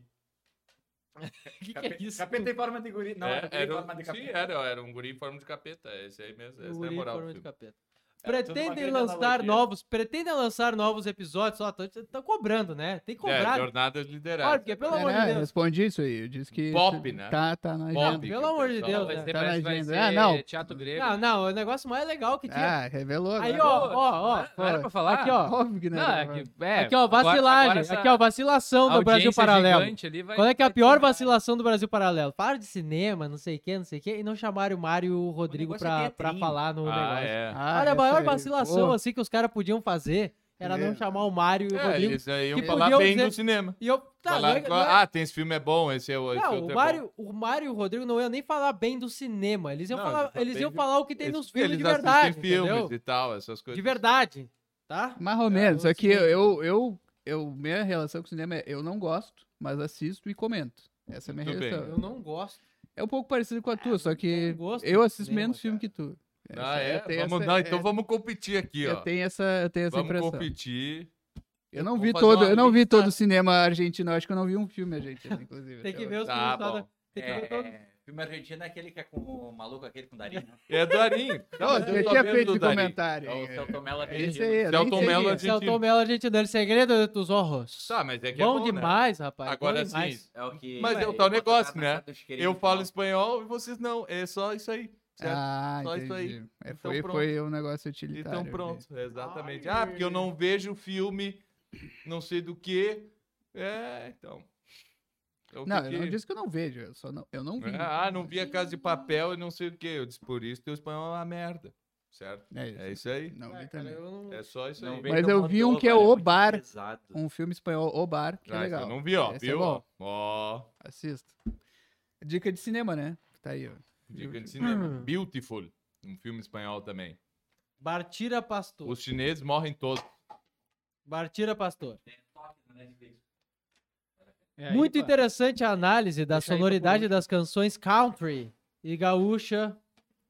O que, que é isso?
Capeta em forma de guri. Não,
É,
era, guri em
era,
forma de
um, sim,
capeta.
era, era um guri em forma de capeta. é Esse aí mesmo. Essa é a
Guri
moral. do
forma de
filme.
capeta.
Era tudo uma
Pretendem
grande
lançar
analogia.
novos, pretendem lançar novos episódios, ó, estão cobrando, né? Tem que
É,
cobrar.
jornadas
Olha,
literárias.
porque pelo amor
Era,
de
eu
Deus.
respondi isso aí. Eu disse que.
Pop, né?
Tá, tá na
Pop.
agenda.
que
Pelo
o
amor de
pessoal
Deus,
vai
né?
ser-
Tá na
Parece que vai
agenda.
ser
Ah, não.
Teatro grego.
Não, não, o negócio mais legal que tinha.
Ah, revelou.
Aí,
agora.
ó, ó, ó.
Não era pra falar?
Aqui, ó. Ah,
Óbvio que não.
Não,
era
é
pra-
que. É,
Aqui, ó,
agora-
vacilagem.
agora essa
Aqui, ó, vacilação do Brasil
audiência
Paralelo.
gigante ali vai-
Qual é que é a
vai
pior
tomar-
vacilação do Brasil Paralelo? Falaram de cinema, não sei o que, não sei o que, e não chamaram o Mário e o Rodrigo
negócio é
pra,
ter
pra
trim.
falar no
Ah,
negócio.
é.
Ah,
Olha, a
essa
maior
aí,
vacilação,
pô.
assim, que os caras podiam fazer era não
É.
chamar o Mário e o
É,
Rodrigo.
eles aí iam
que
falar
podiam
bem
dizer-
do cinema.
E eu, tá,
Falar
não é-
que,
não é-
Ah, tem esse filme é bom, esse é o. esse
Não,
outro
o
é bom.
Mário, o Mário e o Rodrigo não iam nem falar bem do cinema. Eles iam,
Não,
falar,
eles só
eles
têm
iam
de-
falar o que tem
Eles-
nos filmes de
eles assistem
verdade.
filmes
entendeu?
e tal, essas coisas.
De verdade. Tá?
Mais
É,
ou menos. Só que
seguinte.
eu, eu, eu, minha relação com o cinema é eu não gosto, mas assisto e comento. Essa é a minha
Tudo bem.
relação.
Eu não gosto.
É um pouco parecido com a tua, só que
não gosto
eu
de
assisto
cinema,
menos filme
cara.
que tu.
Ah,
Essa-
é?
eu tenho
Vamos,
essa-
não, então
é,
vamos competir aqui, ó.
Eu tenho essa, eu tenho essa
Vamos
impressão.
competir.
Eu não
Vamos
vi
fazer
todo,
uma
eu não vi
lista.
todo o cinema argentino. eu Acho que eu não vi um filme argentino, inclusive. até
Tem que
hoje.
ver os
Tá
filmes lá da-
bom.
Tem que ver todos.
É, filme argentino é aquele que é com o maluco, aquele com darinho. né?
É Darinho.
Não, você tinha feito de comentário.
É o seu Tomela
É esse
argentino.
aí, eu nem
Celton
sei
Mello
quem é.
argentino.
Celton Mello, a gente dando segredo dos horros.
Tá, mas é que
bom,
é bom né?
demais, rapaz.
Agora
bom demais.
sim,
É o que...
Mas é o
ele
tal
bota o
negócio,
cara na
né?
casa do isqueiro
Eu
no
falo
final.
espanhol e vocês não. É só isso aí. certo?
Ah,
Só isso aí.
entendi. É,
Então
foi,
pronto.
foi um negócio utilitário.
então
né?
pronto, é exatamente. Ah, porque eu não vejo filme, não sei do que. É, então. É o
Não,
que
eu não
que-
disse que eu não vejo, eu só não, eu não vi.
Ah, não vi a Casa de Papel e não sei o que. Eu disse, por isso teu espanhol é uma merda. Certo?
É isso.
É isso aí.
Não vi
Ah, cara,
também.
eu não-
É só isso
Não
aí.
vejo
Mas eu vi um que é
Moldova,
O
muito
Bar.
né? pesado.
Um filme espanhol, O Bar, que é
Ah, isso
legal.
eu não vi, ó.
Esse é
viu?
bom.
ó,
Assista. Dica de cinema, né? Tá aí, ó.
dica de cinema. Beautiful. Um filme espanhol também.
Bartira Pastor.
Os chineses morrem todos.
Bartira Pastor.
É, aí,
Muito
tá.
pá.
interessante a análise da
Deixa aí pra por
sonoridade das canções country e gaúcha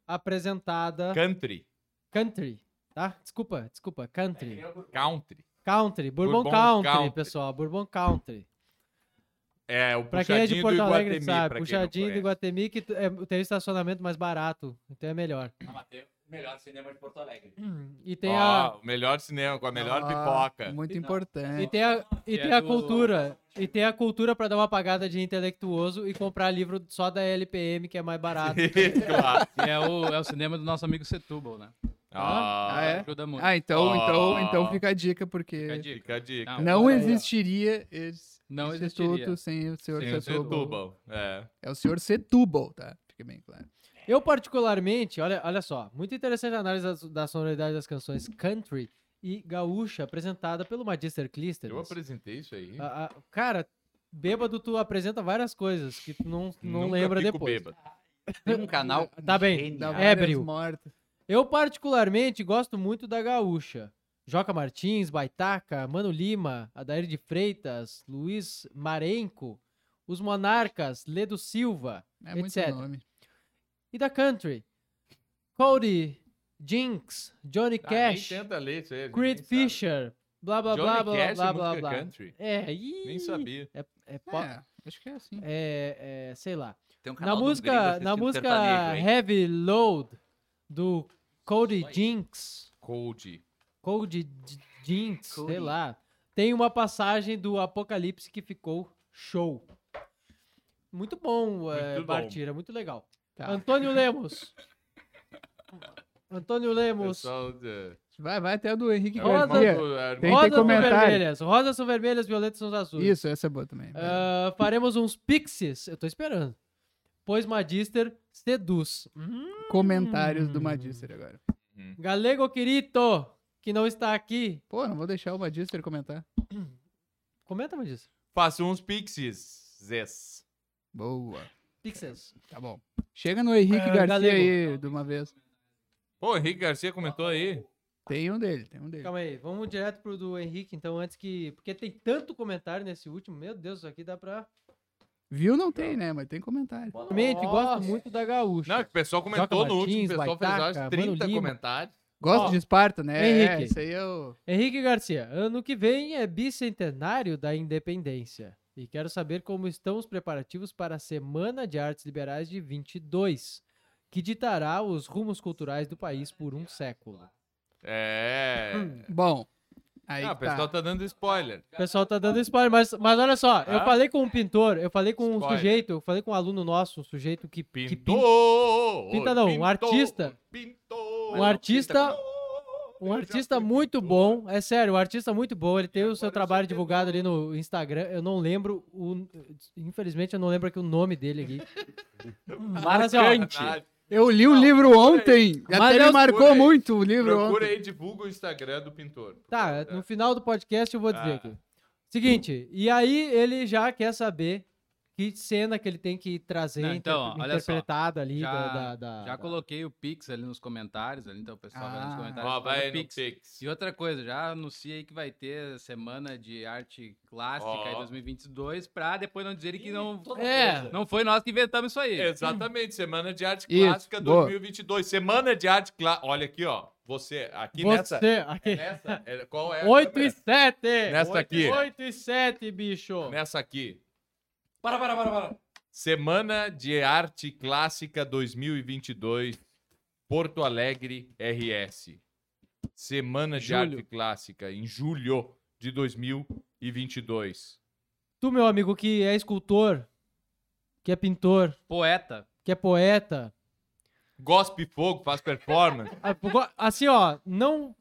apresentada.
Country.
Country, tá? Desculpa, desculpa. Country.
Country.
Country. Bourbon,
É, Bourbon
country,
Country.
pessoal. Bourbon Country.
É, o
Pra quem é
puxadinho
de Porto
do
Alegre,
Iguatemi.
sabe?
pra quem não
Puxadinho do
conhece.
Iguatemi, que tu- é, tem o estacionamento mais barato. Então é melhor.
Ah, mas tem o melhor cinema de Porto Alegre.
E tem
Ó,
é a.
o melhor cinema, com a melhor
Ah,
pipoca.
Muito
Não.
E
importante.
tem a, e
Então, é
tem a
do-
cultura. E tem a cultura pra dar uma pagada de intelectuoso e comprar livro só da LPM, que é mais barato.
claro.
E é o, é o cinema do nosso amigo Setúbal, né?
Ah,
Ah, é?
Ajuda muito.
Ah, então, então,
Ah.
então fica a dica,
Fica a
porque
dica.
Fica a dica.
Não,
não
olha aí, ó.
existiria esse
Não
instituto
existiria.
sem o senhor
Tem o
Setúbal.
Setúbal. É.
É o senhor Setúbal, tá? Fica bem claro.
Eu, particularmente, olha, olha só, muito interessante a análise das- da, sonoridade das canções country e gaúcha apresentada pelo Magister Clister.
Eu apresentei isso aí.
Ah, Cara, bêbado, tu apresenta várias coisas que tu não, não
Nunca
lembra
fico
depois.
bêbado.
Tem um canal
Tá bem.
genial.
Dá
É,
várias
Bril.
mortas.
Eu, particularmente, gosto muito da gaúcha. Joca Martins, Baitaca, Mano Lima, Adair de Freitas, Luiz Marenco, Os Monarcas, Ledo Silva
É muito
Etc.
nome.
e da country. Cody, Jinx, Johnny
Ah,
Cash.
nem tenta ler isso aí. ninguém
Creed
sabe.
Fisher, blá blá
Johnny
blá blá
Cash, é
blá blá
música
blá.
country.
É, ih,
Nem sabia.
É, pop,
É, acho que é assim.
é, é, sei lá.
Tem um
Na
canal de um gringo
música, na
assistindo
música
sertanejo, hein?
Heavy Load do Cody
Isso aí.
Jinx,
Cold. É
Cody J- Jinx, sei
Cody.
lá. Tem uma passagem do Apocalipse que ficou show. Muito bom, é,
Muito bom.
Bartira, muito legal.
Tá.
Antônio Lemos. Antônio Lemos.
Pessoal de...
Vai, vai até o do Henrique
É o
Roda-
irmão
Garcia.
do- é o irmão
Tem-
do-
Rosas são
comentário.
vermelhas, rosas são vermelhas, violetas são azuis.
Isso, essa é boa também. vai.
Ah, faremos uns pixies. Eu tô esperando. Pois Magister seduz. Hum.
Comentários do Magister agora.
Galego querido, que não está aqui,
Pô, não vou deixar o Magister comentar.
comenta, Magister.
Faço uns pixies. Zés.
Boa.
Pixels.
Tá bom. Chega no
É,
Henrique Garcia
galego.
aí, de uma vez.
Pô, Henrique Garcia comentou aí.
Tem um dele, tem um dele.
Calma aí, vamos direto pro do Henrique, então, antes que. Porque tem tanto comentário nesse último, meu Deus, isso aqui dá pra.
Viu não tem, né? Mas tem comentário.
Realmente, gosto muito da gaúcha.
Não, o pessoal comentou no último. O
Martins,
pessoal fez
Baitaca,
acho,
Mano
30
Lima.
comentários.
Gosto
Ó,
de Esparta, né? É,
Henrique.
isso aí é o...
Henrique Garcia, ano que vem é bicentenário da independência. E quero saber como estão os preparativos para a Semana de Artes Liberais de 22, que ditará os rumos culturais do país por um século.
É.
Hum,
Bom, aí
Ah, o
que
pessoal
tá.
tá dando spoiler.
O pessoal tá dando spoiler, mas, mas olha só,
Ah?
eu falei com um pintor, eu falei com um
Spoiler.
sujeito, eu falei com um aluno nosso, um sujeito que, que pinta.
Pintou!
pinta não, um
pintou,
artista.
Pintou!
Um artista,
Eu
um
já
artista
fui
muito
pintor.
bom, é sério, um artista muito bom. Ele tem o
Agora
seu
eu
trabalho
sou
divulgado ali no Instagram. Eu não lembro o, infelizmente eu não lembro aqui o nome dele aqui.
é
Mas, assim, ó,
Sacanagem.
Eu li o
Não,
livro ontem.
Mas
Até
eu-
me marcou
Procura aí.
muito o livro
Procura
ontem.
aí, divulga o Instagram do pintor.
Tá,
Procura.
no final do podcast eu vou dizer
É. Ah.
aqui. Seguinte, e aí ele já quer saber que cena que ele tem que trazer
Não, então,
interpre-
ó, olha só.
interpretada ali
Já-
da, da- da-
Já
da-
coloquei o Pix ali nos comentários, ali, então o pessoal vai nos
Ah.
comentários.
Ó,
faz o
vai no Pix.
E outra coisa, já anunciei que vai ter semana de arte clássica em
Ó.
2022, pra depois não dizerem que não,
É.
não foi nós que inventamos isso aí.
Exatamente, Semana de Arte
Isso,
Clássica
boa.
2022. Semana de Arte Clássica. Olha aqui, ó. Você, aqui nessa.
Você, aqui.
Nessa? É, qual é? a
8
câmera?
e 7!
Nessa aqui.
8 e 7, bicho!
Nessa aqui.
Para, para, para, para.
Semana de Arte Clássica 2022, Porto Alegre, RS. Semana de
Julho.
Arte Clássica, em julho de 2022.
Tu, meu amigo, que é escultor, que é pintor,
Poeta.
que é poeta.
Gospe Fogo faz performance.
Ah, go- Assim, ó, não.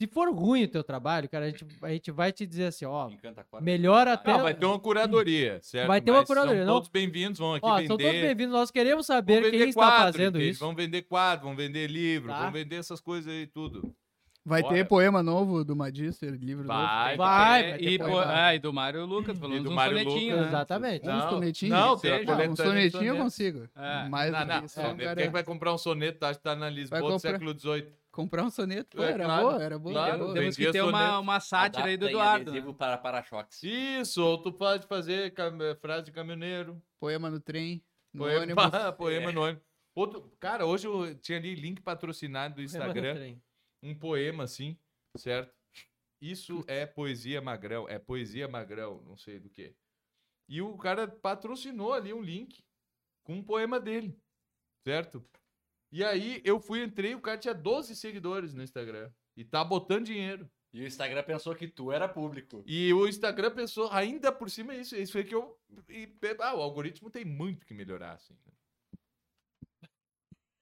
Se for ruim o teu trabalho, cara, a gente, a gente vai te dizer assim, ó.
Encanta
Melhor até-
Não, Ah, vai ter uma curadoria, certo?
um Vai ter uma
Mas
curadoria,
São
não?
todos bem-vindos, vão aqui
Ó,
vender.
são todos bem-vindos, nós queremos
Vão
saber quem
vender
está
quadro,
fazendo
entende?
isso.
Vão vender quadro, vão vender livro,
Tá.
vão vender essas coisas aí tudo.
Vai ter
Bora.
poema novo do Magister, livro
Vai,
novo.
Vai,
É,
vai ter
e,
que
pô-
levar.
ah, e do Mário Lucas,
E
pelo menos
do
um
Mário
sonetinho,
Lucas.
né?
Exatamente.
Não,
Uns sonetinhos?
não, tem
Seja.
a
Ah, um
coletânea de
sonetinho eu
sonetos.
consigo.
É.
Mas
não, não.
isso
É,
é um
porque
cara-
é que vai comprar um soneto, tá? Tá na Lisboa do
comprar.
século XVIII.
Comprar um soneto, pô,
É,
era
claro,
boa, era boa.
claro.
era boa.
Tem-
Temos que
Vendia
ter uma,
soneto.
uma sátira aí do
Adapta em
Eduardo. né?
adesivo para para-choques.
Isso, ou tu pode fazer cam- eh, frase de caminhoneiro,
Poema no trem, no ônibus.
poema, poema no ônibus. Outro, cara, hoje eu tinha ali link patrocinado do Instagram, um poema assim, certo? Isso é poesia magrão, é poesia magrão, não sei do que. E o cara patrocinou ali um link com um poema dele, certo? E aí eu fui, entrei, o cara tinha 12 seguidores no Instagram e tá botando dinheiro.
E o Instagram pensou que tu era público.
E o Instagram pensou, ainda por cima isso, isso foi que eu. e pe- ah, o algoritmo tem muito que melhorar, assim.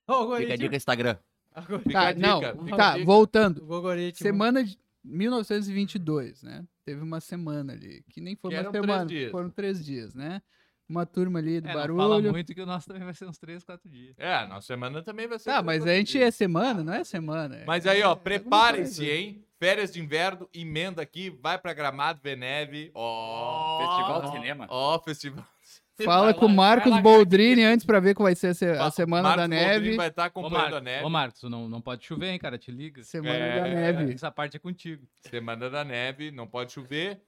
O algoritmo.
Instagram.
Fica
Tá,
a dica,
não,
fica a
tá,
dica.
voltando.
O algoritmo.
Semana de 1922, né? Teve uma semana ali, que nem foi
Que
uma
eram três
semana,
dias.
foram três dias, né? Uma turma ali do
É, não fala
barulho.
muito que o nosso também vai ser uns 3, 4 dias.
É, a nossa semana também vai ser.
Tá, mas a gente é semana, não é semana. é-
Mas aí, ó, preparem-se,
coisa.
hein? Férias de inverno, emenda aqui, vai pra Gramado, Veneve. Ó.
Festival de cinema.
Ó, festival.
Fala com o Marcos Boldrini antes pra ver como vai ser É a, se- a Semana da
Marcos Boldrini
Neve.
vai estar
Ô,
acompanhando a
Marcos,
neve.
ô, Marcos, não, não pode chover, hein, cara? Te liga.
Semana da
É,
Neve.
Essa parte é contigo.
Semana da Neve, não pode chover.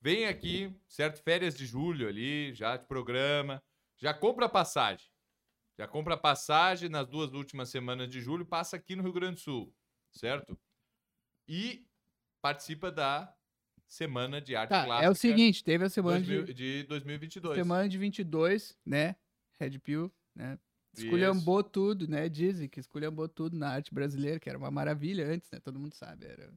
Vem aqui, certo? Férias de julho ali, já te programa. Já compra a passagem. Já compra a passagem nas duas últimas semanas de julho, passa aqui no Rio Grande do Sul, certo? E participa da Semana de Arte
Tá,
Clássica.
é o seguinte, teve a semana
2000
de,
de 2022.
semana de 22, né? Red Pill, né? Esculhambou tudo, né? Dizem que esculhambou tudo na arte brasileira, que era uma maravilha antes, né? Todo mundo sabe. Era,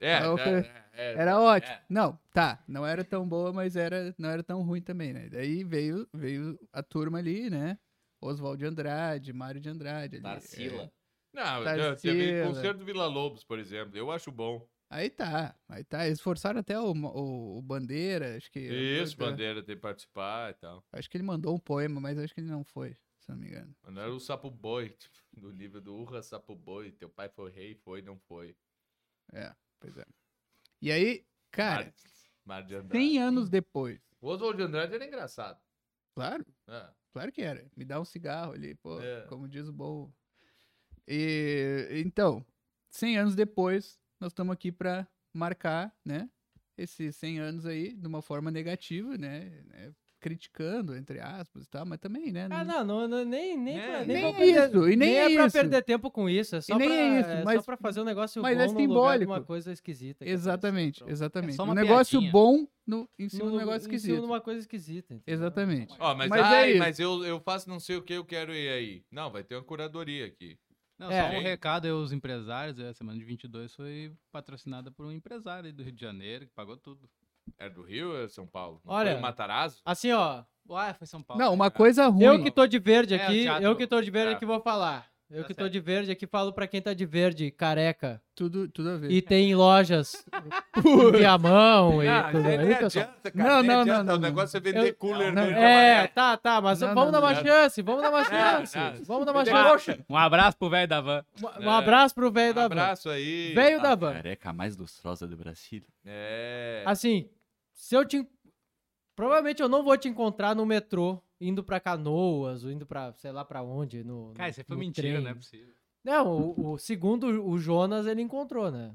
É,
Ah, ok.
é, é, é.
era ótimo. Não, tá, não era tão boa, mas era, não era tão ruim também, né? Daí veio, veio a turma ali, né? Oswald de Andrade, Mário de Andrade. Ali,
Tarsila.
é.
Não,
Tarsila.
eu- teve
né?
concerto do Vila Lobos, por exemplo. Eu acho bom.
Aí tá, aí tá. Eles forçaram até o, o, o Bandeira, acho que.
Isso,
Bandeira.
bandeira ter que participar e tal.
Acho que ele mandou um poema, mas acho que ele não foi, se não me engano.
Mano, era o Sapo Boi, tipo, do livro do Urra Sapo Boi. Teu pai foi rei, foi, não foi.
É, pois é. E aí, cara,
Mário- Mário de Andrade.
100 anos depois,
O Oswald de Andrade era engraçado.
claro,
É.
claro que era. Me dá um cigarro ali, pô,
É.
como diz o bom. E então, 100 anos depois, nós estamos aqui pra marcar, né? Esses 100 anos aí de uma forma negativa, né? né, Criticando, entre aspas e tal, mas também, né?
Ah, não, não, não- nem, nem,
É,
pra, nem,
Nem
pra
é
perder-
isso, e nem, é
é pra
isso.
perder tempo com isso, é só,
nem
pra,
é isso,
só
mas-
pra fazer um negócio
mas
bom
é
no lugar de
simbólico.
uma coisa esquisita. que
Exatamente,
aconteceu.
exatamente.
só
um
uma
negócio
piadinha.
bom no, em
Pronto.
cima de um negócio
em
esquisito.
cima de uma coisa esquisita. entendeu?
Exatamente.
Ó, mas,
Mas é
ai,
isso.
mas eu, eu faço não sei o que, eu quero ir aí. Não, vai ter uma curadoria aqui.
Não,
É.
só um recado aí aos empresários. é, A semana de 22 foi patrocinada por um empresário aí do Rio de Janeiro, que pagou tudo.
Era É do Rio ou era São Paulo? Não
Olha-
Foi o Matarazzo?
Assim, ó,
Ué, foi São Paulo. né,
Não, uma coisa ruim.
eu que tô de verde
É, o
aqui,
teatro-
eu que tô de verde
tá.
aqui vou falar. Eu
Tá
que tô
certo.
de verde aqui falo pra quem tá de verde, careca.
Tudo, tudo a ver.
E tem lojas em Viamão e
Ah,
tudo
nem- nem
aí, pessoal.
adianta,
Não,
cara. nem
não, não,
adianta.
não,
O
não.
negócio é vender
Eu-
cooler né?
não,
verde e
É,
amarelo.
tá, tá, mas
Não,
vamos
não,
dar uma
não.
chance, vamos dar uma
Ah,
chance.
não.
Vamos dar uma
Vender
chance.
coxa.
Um abraço pro velho da van.
Um abraço pro
É
velho da van.
Abraço aí.
Velho da
A
van.
careca mais lustrosa do Brasil.
É.
Assim, se eu te. en- Provavelmente eu não vou te encontrar no metrô, indo pra Canoas, ou indo pra, sei lá pra onde. No,
Cara,
no-
isso aí foi
no
mentira,
trem.
não
né?
é possível.
Não, o, o segundo, o Jonas, ele encontrou, né?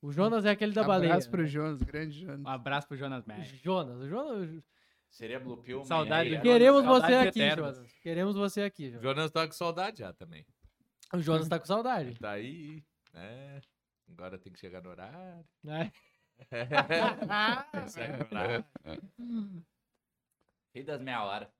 O Jonas é aquele da baleia. Ah.
Abraço pro Jonas, grande Jonas.
Um abraço pro Jonas
O
Mac.
Jonas, o Jonas.
Seria Blue Pill,
Saudade
Meia.
do Jonas.
Queremos
saudades
você aqui,
eternas.
Jonas. Queremos você aqui, Jonas.
Jonas tá com saudade já também.
O Jonas tá com saudade.
Tá aí, né? Agora tem que chegar no horário.
né?
Consegue no horário.
Rei das meia hora.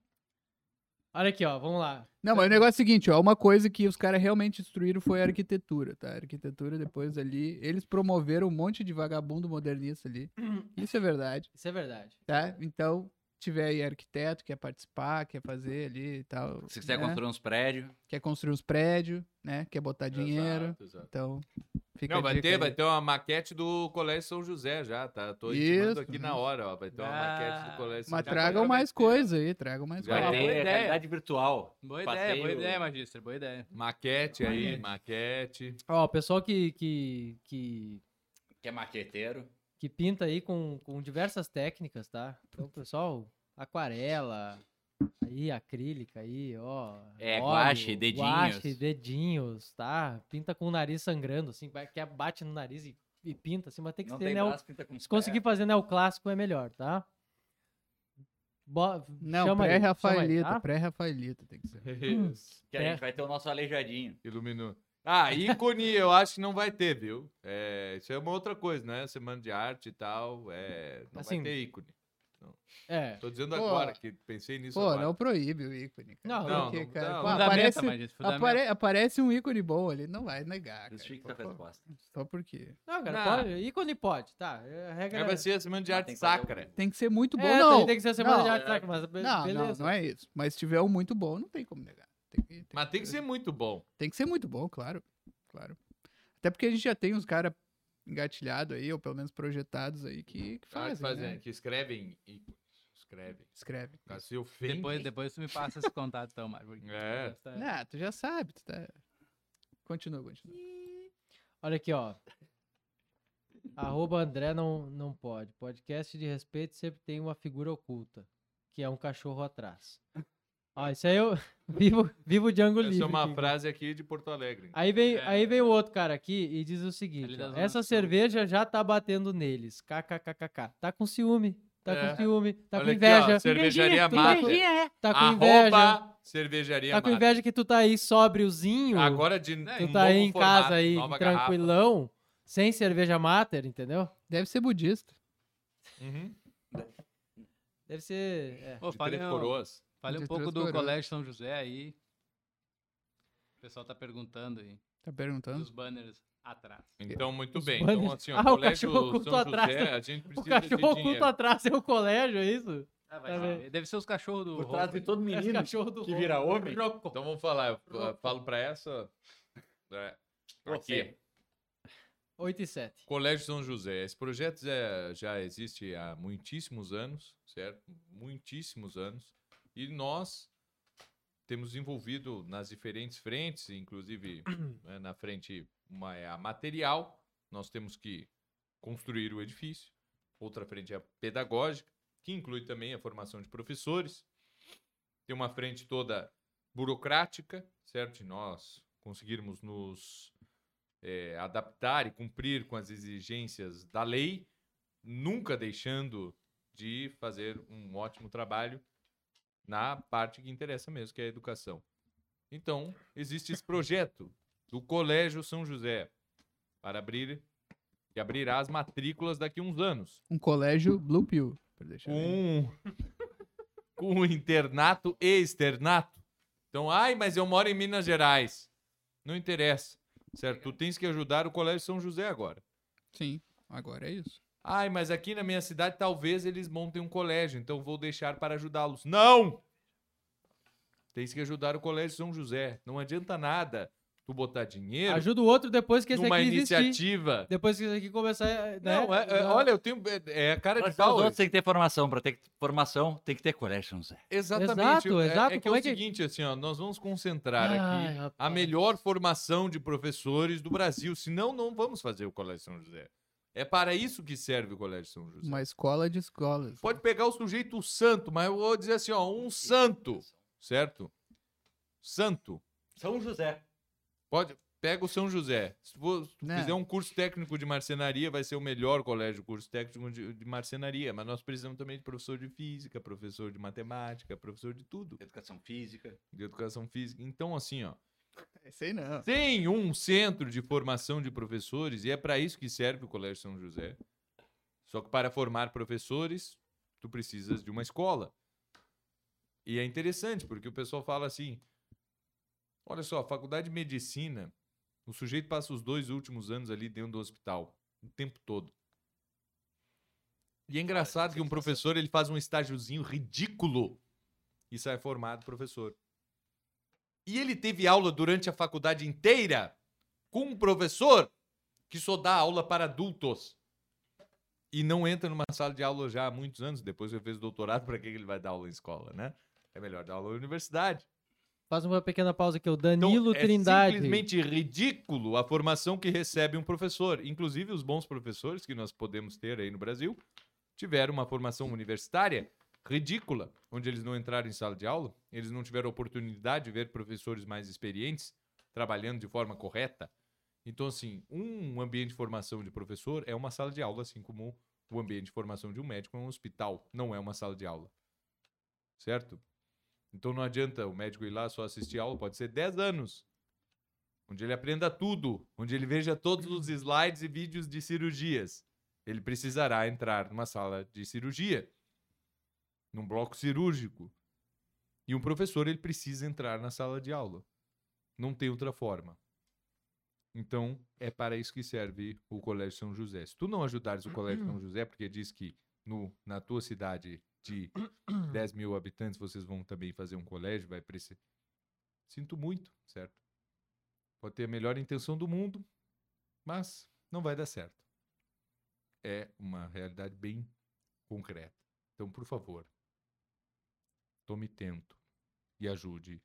Olha aqui, ó, vamos lá.
Não, mas o negócio é o seguinte, ó. Uma coisa que os caras realmente destruíram foi a arquitetura, tá? A arquitetura depois ali. Eles promoveram um monte de vagabundo modernista ali. Isso é verdade,
Isso é verdade.
tá? Então, tiver aí arquiteto, quer participar, quer fazer ali e tal.
Se quiser
né?
construir uns prédios,
Quer construir uns prédios, né? Quer botar dinheiro.
Exato, exato.
Então, fica
Não,
a
vai
dica
ter,
aí.
vai ter uma maquete do Colégio São José já, tá? Tô intimando
Isso,
aqui
isso.
na hora, ó. Vai ter uma maquete do
Ah,
Colégio São
Mas
José.
tragam mais coisa aí, tragam mais
Já
vai
é.
coisa.
ter
Boa ideia.
realidade virtual.
Boa ideia,
Passeio-
boa ideia, magistra, boa ideia.
Maquete aí, maquete.
Ó, o pessoal que- que, que
Que é maqueteiro.
que pinta aí com, com diversas técnicas, tá? Então, pessoal, aquarela, aí acrílica aí, ó.
É,
óleo,
guache, dedinhos.
Guache, dedinhos, tá? Pinta com o nariz sangrando, assim, vai- que bate no nariz e, e pinta, assim, mas tem que
Não
ter
tem
neo-
braço, pinta com
Se conseguir
pé.
fazer neoclássico é melhor, tá? Bo-
Não,
chama aí, chama aí,
pré-rafaelita,
tá?
pré-rafaelita tem que ser.
Que a gente vai ter o nosso aleijadinho.
Iluminou. Ah, ícone eu acho que não vai ter, viu? É, isso é uma outra coisa, né? Semana de arte e tal. É, não
Assim-
vai ter ícone.
É.
Tô dizendo
Pô,
agora que pensei nisso
Pô,
agora.
não proíbe o ícone. Cara.
Não,
não,
Porque,
não,
cara,
não.
pô,
Fundamenta,
aparece,
Magis, fundamenta.
apare- aparece um ícone bom ali, não vai negar. Cara,
Justifica a
Pô, pô,
resposta.
só porque.
Não, cara,
Não.
pode, ícone pode, tá? é, A regra
Aí vai ser a semana de
Ah,
arte
tem que fazer
sacra.
Tem que ser muito
É,
bom,
tem-
não.
Tem que ser a semana
não,
de arte, sacra, mas be-
Não, não,
beleza.
não é isso. Mas se tiver um muito bom, não tem como negar. Tem que, tem
Mas
que
tem que ser muito bom.
tem que ser muito bom, claro. Claro. Até porque a gente já tem uns caras engatilhados aí, ou pelo menos projetados aí, que, que
Ah,
fazem.
que, fazem, Ah,
né?
que escrevem ícones. Escrevem.
Escreve.
Cassio Fink.
Depois, depois tu me passa esse contato, então, Mário.
É.
Ah, tu já sabe, tu tá. Continua, continua.
Olha aqui, ó. Arroba André não, não pode. Podcast de respeito sempre tem uma figura oculta, que é um cachorro atrás. Ó, isso aí eu vivo, vivo Django
Essa
Livre.
é uma
aqui.
frase aqui de Porto Alegre.
Aí vem,
É.
aí vem o outro cara aqui e diz o seguinte:
Ali da
ó,
Zona
essa
Sul.
cerveja já tá batendo neles. KKKKK. Tá com ciúme. Tá
É.
com ciúme. Tá
Olha
com
aqui, ó,
inveja.
cervejaria
tá
Mata.
com inveja. Tá com inveja.
Arroba cervejaria
Tá com
Mata.
inveja que tu tá aí sóbriozinho.
Agora de
Tu
um
Tu tá aí
novo
em
formato,
casa aí,
nova garrafa.
tranquilão, sem cerveja mater, entendeu?
Deve ser budista.
Uhum.
Deve ser. é.
Pô,
De
falei,
Três
um-
Coroas.
falei um
De
pouco
Três
do
Coroas.
Colégio São José aí. O pessoal tá perguntando aí.
Tá perguntando?
Dos banners atrás.
Então, muito
Os
bem.
banners.
Então, assim, ó,
Ah, o
Colégio
cachorro
São
oculto
José,
atrás.
a gente
O
precisa de
cachorro
dinheiro.
oculto atrás é o colégio, é isso?
Ah,
Tá
vai saber. Deve ser os cachorros do.
Por trás de todo
É o
menino
cachorro do
que vira homem.
Rocco.
Então, vamos falar. Eu fa- falo pra essa... É.
Você.
Aqui.
8 e 7.
Colégio São José. Esse projeto já, já existe há muitíssimos anos, certo? Muitíssimos anos. E nós temos envolvido nas diferentes frentes, inclusive né, na frente uma é a material nós temos que construir o edifício. Outra frente é a pedagógica, que inclui também a formação de professores. Tem uma frente toda burocrática, certo? De nós conseguirmos nos eh, adaptar e cumprir com as exigências da lei, nunca deixando de fazer um ótimo trabalho na parte que interessa mesmo, que é a educação. Então, existe esse projeto do Colégio São José para abrir que abrirá as matrículas daqui a uns anos.
Um colégio Blue Pill. pra deixar bem-
Com um, com o internato e externato. Então, ai, mas eu moro em Minas Gerais. Não interessa, certo? Tu tens que ajudar o Colégio São José agora.
Sim, agora é isso.
Ai, mas aqui na minha cidade talvez eles montem um colégio, então vou deixar para ajudá-los. Não! Tens que ajudar o Colégio São José. Não adianta nada tu botar dinheiro
Ajuda o outro depois que esse
numa
aqui existir.
iniciativa.
Depois que esse aqui começar. né,
Não, é- é-
dar-
olha, eu tenho. É, é a cara
Mas
de
os
pau.
outros têm que ter formação. Pra ter formação, tem que ter colégio, São José.
Exatamente.
Exato,
é,
exato,
É que é
como
o
é que-
seguinte, assim, ó, nós vamos concentrar
Ai,
aqui a
rapaz.
melhor formação de professores do Brasil. Senão, não vamos fazer o Colégio São José. É para isso que serve o Colégio São José.
Uma escola de escolas.
é. Pode pegar o sujeito santo, mas eu vou dizer assim, ó, um santo, certo? Santo.
São José.
Pode, pega o São José. Se for- se tu
Né.
fizer um curso técnico de marcenaria, vai ser o melhor colégio de curso técnico de, de marcenaria. Mas nós precisamos também de professor de física, professor de matemática, professor de tudo,
Educação física.
de educação física. Então, assim, ó,
É, Sei não.
tem um centro de formação de professores e é para isso que serve o Colégio São José. Só que para formar professores, tu precisas de uma escola. E é interessante, porque o pessoal fala assim: olha só, a faculdade de medicina, o sujeito passa os dois últimos anos ali dentro do hospital, o tempo todo. E é engraçado que um professor ele faz um estágiozinho ridículo e sai formado professor. E ele teve aula durante a faculdade inteira com um professor que só dá aula para adultos. E não entra numa sala de aula já há muitos anos, depois que ele fez doutorado, para que que ele vai dar aula em escola, né? É melhor dar aula na universidade.
Faz uma pequena pausa aqui. O
Então,
Danilo
é
Trindade.
simplesmente ridículo a formação que recebe um professor. Inclusive, os bons professores que nós podemos ter aí no Brasil tiveram uma formação universitária ridícula, onde eles não entraram em sala de aula, eles não tiveram oportunidade de ver professores mais experientes trabalhando de forma correta. Então, assim, um ambiente de formação de professor é uma sala de aula, assim como o ambiente de formação de um médico é um hospital, não é uma sala de aula. Certo? Então não adianta o médico ir lá só assistir aula, pode ser 10 anos. Onde ele aprenda tudo, onde ele veja todos os slides e vídeos de cirurgias. Ele precisará entrar numa sala de cirurgia, num bloco cirúrgico. E um professor, ele precisa entrar na sala de aula. Não tem outra forma. Então, é para isso que serve o Colégio São José. Se tu não ajudares o Colégio São José, porque diz que no, na tua cidade de 10 mil habitantes, vocês vão também fazer um colégio, vai precisar. Sinto muito, certo? Pode ter a melhor intenção do mundo, mas não vai dar certo. É uma realidade bem concreta. Então, por favor, tome tento e ajude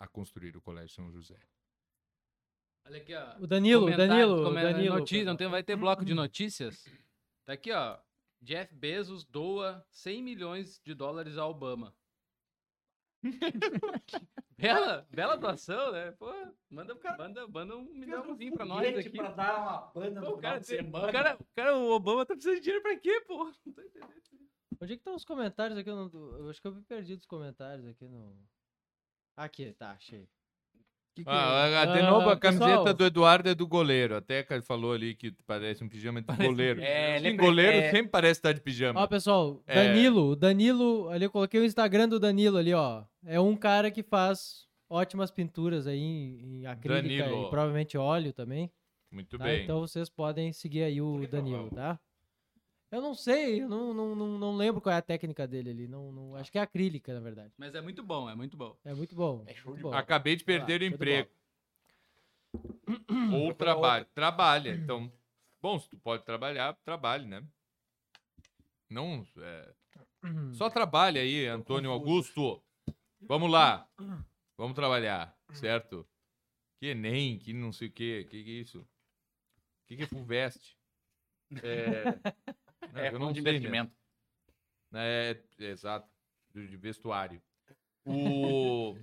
a construir o Colégio São José.
Olha aqui, ó.
O Danilo, o
Comentários,
Danilo, o
comenta-
Danilo.
notícia, não tem, vai ter bloco de notícias. Tá aqui, ó. Jeff Bezos doa 100 milhões de dólares ao Obama. bela, bela doação, né? Pô, manda, manda, manda um milhãozinho pra nós aqui.
dar uma pana
Pô, o, cara, o, cara, o cara, o Obama tá precisando de dinheiro pra quê, pô? Não tô entendendo.
Onde é que estão os comentários aqui? Eu, não- eu acho que eu me perdi dos comentários aqui no. Aqui, tá, achei.
Que que é?
Ah,
é?
de novo, a
Ah,
camiseta
pessoal.
do Eduardo é do goleiro. Até que ele falou ali que parece um pijama de goleiro.
É, ele
Sim,
é pre-
goleiro
é-
sempre parece estar de
Ó,
pijama.
pessoal,
É.
Danilo, o Danilo, ali eu coloquei o Instagram do Danilo ali, ó. É um cara que faz ótimas pinturas aí em, em acrílica
Danilo.
e provavelmente óleo também.
Muito
tá?
bem.
Então vocês podem seguir aí o Danilo, tá? Eu não sei, eu não, não, não, não lembro qual é a técnica dele ali. Não, não, acho que é acrílica, na verdade.
Mas é muito bom, é muito bom.
É muito bom.
É show
muito
de
bom.
Acabei de perder
Vai
o
lá, show de bola.
emprego. Ou trabalho. Trabalha. Então, bom, se tu pode trabalhar, trabalhe, né? Não. é, Só trabalha aí, Antônio Augusto. Vamos lá. Vamos trabalhar, certo? Que Enem, que não sei o quê. Que que é isso? O que, que é Fulvest? É, Não,
É
eu
fundo
não
de
sei mesmo.
investimento.
É, é, exato. De de vestuário. O...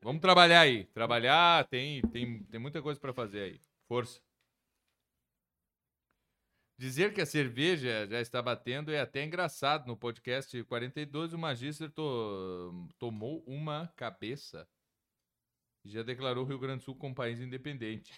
Vamos trabalhar aí. Trabalhar, tem, tem, tem muita coisa pra fazer aí. Força. Dizer que a cerveja já está batendo é até engraçado. No podcast 42, o Magister to- tomou uma cabeça e já declarou o Rio Grande do Sul como país independente.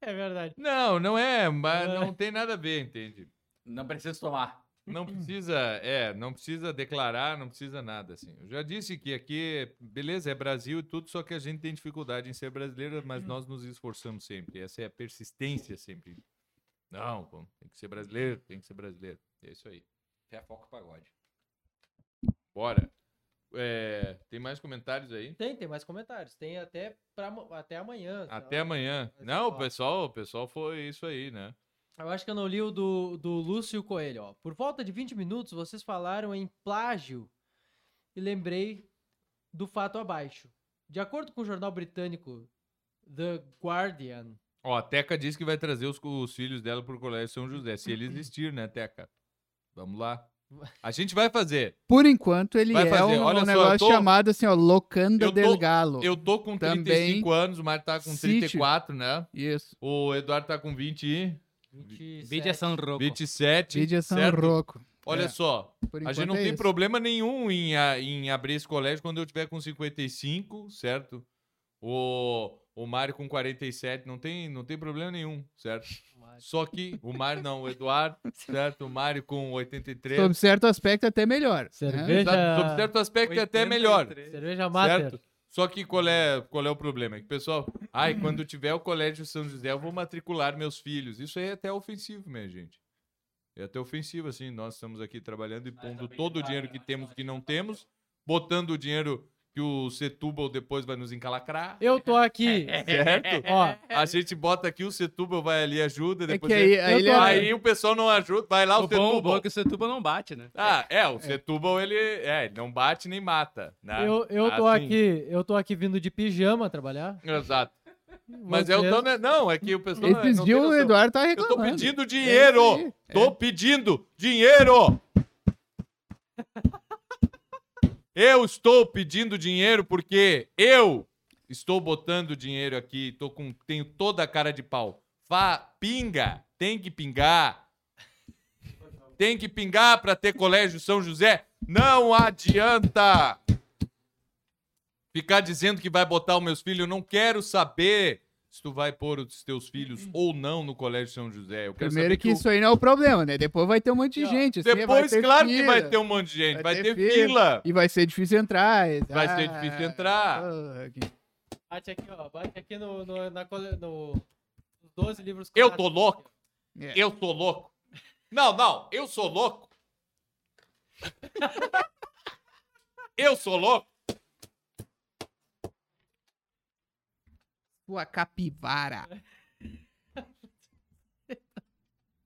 É verdade.
Não, não é, mas
É.
não tem nada a ver, entende?
Não precisa tomar.
Não precisa, é, não precisa declarar, não precisa nada, assim. Eu já disse que aqui, beleza, é Brasil e tudo, só que a gente tem dificuldade em ser brasileiro, mas nós nos esforçamos sempre. Essa é a persistência sempre. Não, pô, tem que ser brasileiro, tem que ser brasileiro. É isso aí.
Fé foco pagode.
Bora. É, tem mais comentários aí?
Tem, tem mais comentários. Tem até, pra, ama- até amanhã. tá? sei
Até
lá.
amanhã.
Mas
Não, o
ó.
pessoal, o pessoal foi isso aí, né?
Eu acho que eu não li o do, do Lúcio Coelho, ó. Por volta de 20 minutos, vocês falaram em plágio e lembrei do fato abaixo. De acordo com o jornal britânico The Guardian,
Ó, a Teca disse que vai trazer os, os filhos dela pro Colégio São José, se ele existir, né, Teca? Vamos lá. A gente vai fazer.
Por enquanto, ele
Vai
é
fazer,
um,
olha
um
só, eu
negócio
tô-
chamado assim, ó, Locanda
Eu tô-
del Galo.
Eu tô com
Também
35 anos, o Mário tá com
sítio.
34, né?
Isso.
O Eduardo tá com 20, e
27.
Vídeo é San Rocco.
27.
Vídeo é São
certo?
Rocco.
Olha
É.
só,
Por
a
enquanto
gente não
é
tem
isso.
problema nenhum em, a- em abrir esse colégio quando eu tiver com 55, certo? O, o Mário com 47, não tem, não tem problema nenhum, certo? Só que o Mário não, o Eduardo, certo? O Mário com 83.
Sob certo aspecto, até melhor. né?
Cerveja.
Sabe, Sob certo aspecto, é até melhor.
Cerveja Mater.
Certo? Só que qual é, qual é o problema? É que, pessoal, ai, quando tiver o Colégio São José, eu vou matricular meus filhos. Isso aí é até ofensivo, minha gente. É até ofensivo, assim. Nós estamos aqui trabalhando e pondo todo o dinheiro que temos e que não temos, botando o dinheiro que o Setúbal depois vai nos encalacrar,
Eu tô aqui.
É,
certo?
Ó,
A gente bota aqui, o Setúbal vai ali e ajuda,
É
depois...
que aí,
ele-
aí
Eu
ele
tô-
é-
Aí o pessoal não ajuda, vai lá o,
O bom,
Setúbal.
o bom é que o Setuba não bate, né?
Ah, é, o Setúbal, ele, é, ele não bate nem mata, né?
eu, eu tô
Assim.
aqui. Eu tô aqui vindo de pijama trabalhar.
Exato. Mas
Vocês-
é o tão. ne- Não, é que o pessoal. não-
Esses
não
dias
tem
o
noção.
Eduardo tá
Eu tô
reclamando.
pedindo
É isso
dinheiro!
aí, é.
Tô pedindo dinheiro! Eu estou pedindo dinheiro porque eu estou botando dinheiro aqui, tô com, tenho toda a cara de pau. Vá, pinga, tem que pingar. Tem que pingar pra ter colégio São José. Não adianta ficar dizendo que vai botar os meus filhos. Eu não quero saber se tu vai pôr os teus filhos ou não no colégio São José. Eu quero
Uhum. Primeiro
saber
que
o-
isso aí não é o problema, né? Depois vai ter um monte de
Ó,
gente. assim, vai
Depois,
ter
claro que
fila,
vai ter um monte de gente. Vai, ter, fila.
E vai ser difícil entrar. e-
Vai ser difícil entrar.
porra, que-
Bate aqui, ó. Bate aqui no, no, na, cole- no, nos 12 livros
Eu
clássicos
tô
aqui,
louco.
ó.
É.
Eu sou louco. Não, não, eu sou louco. eu sou louco.
Sua capivara.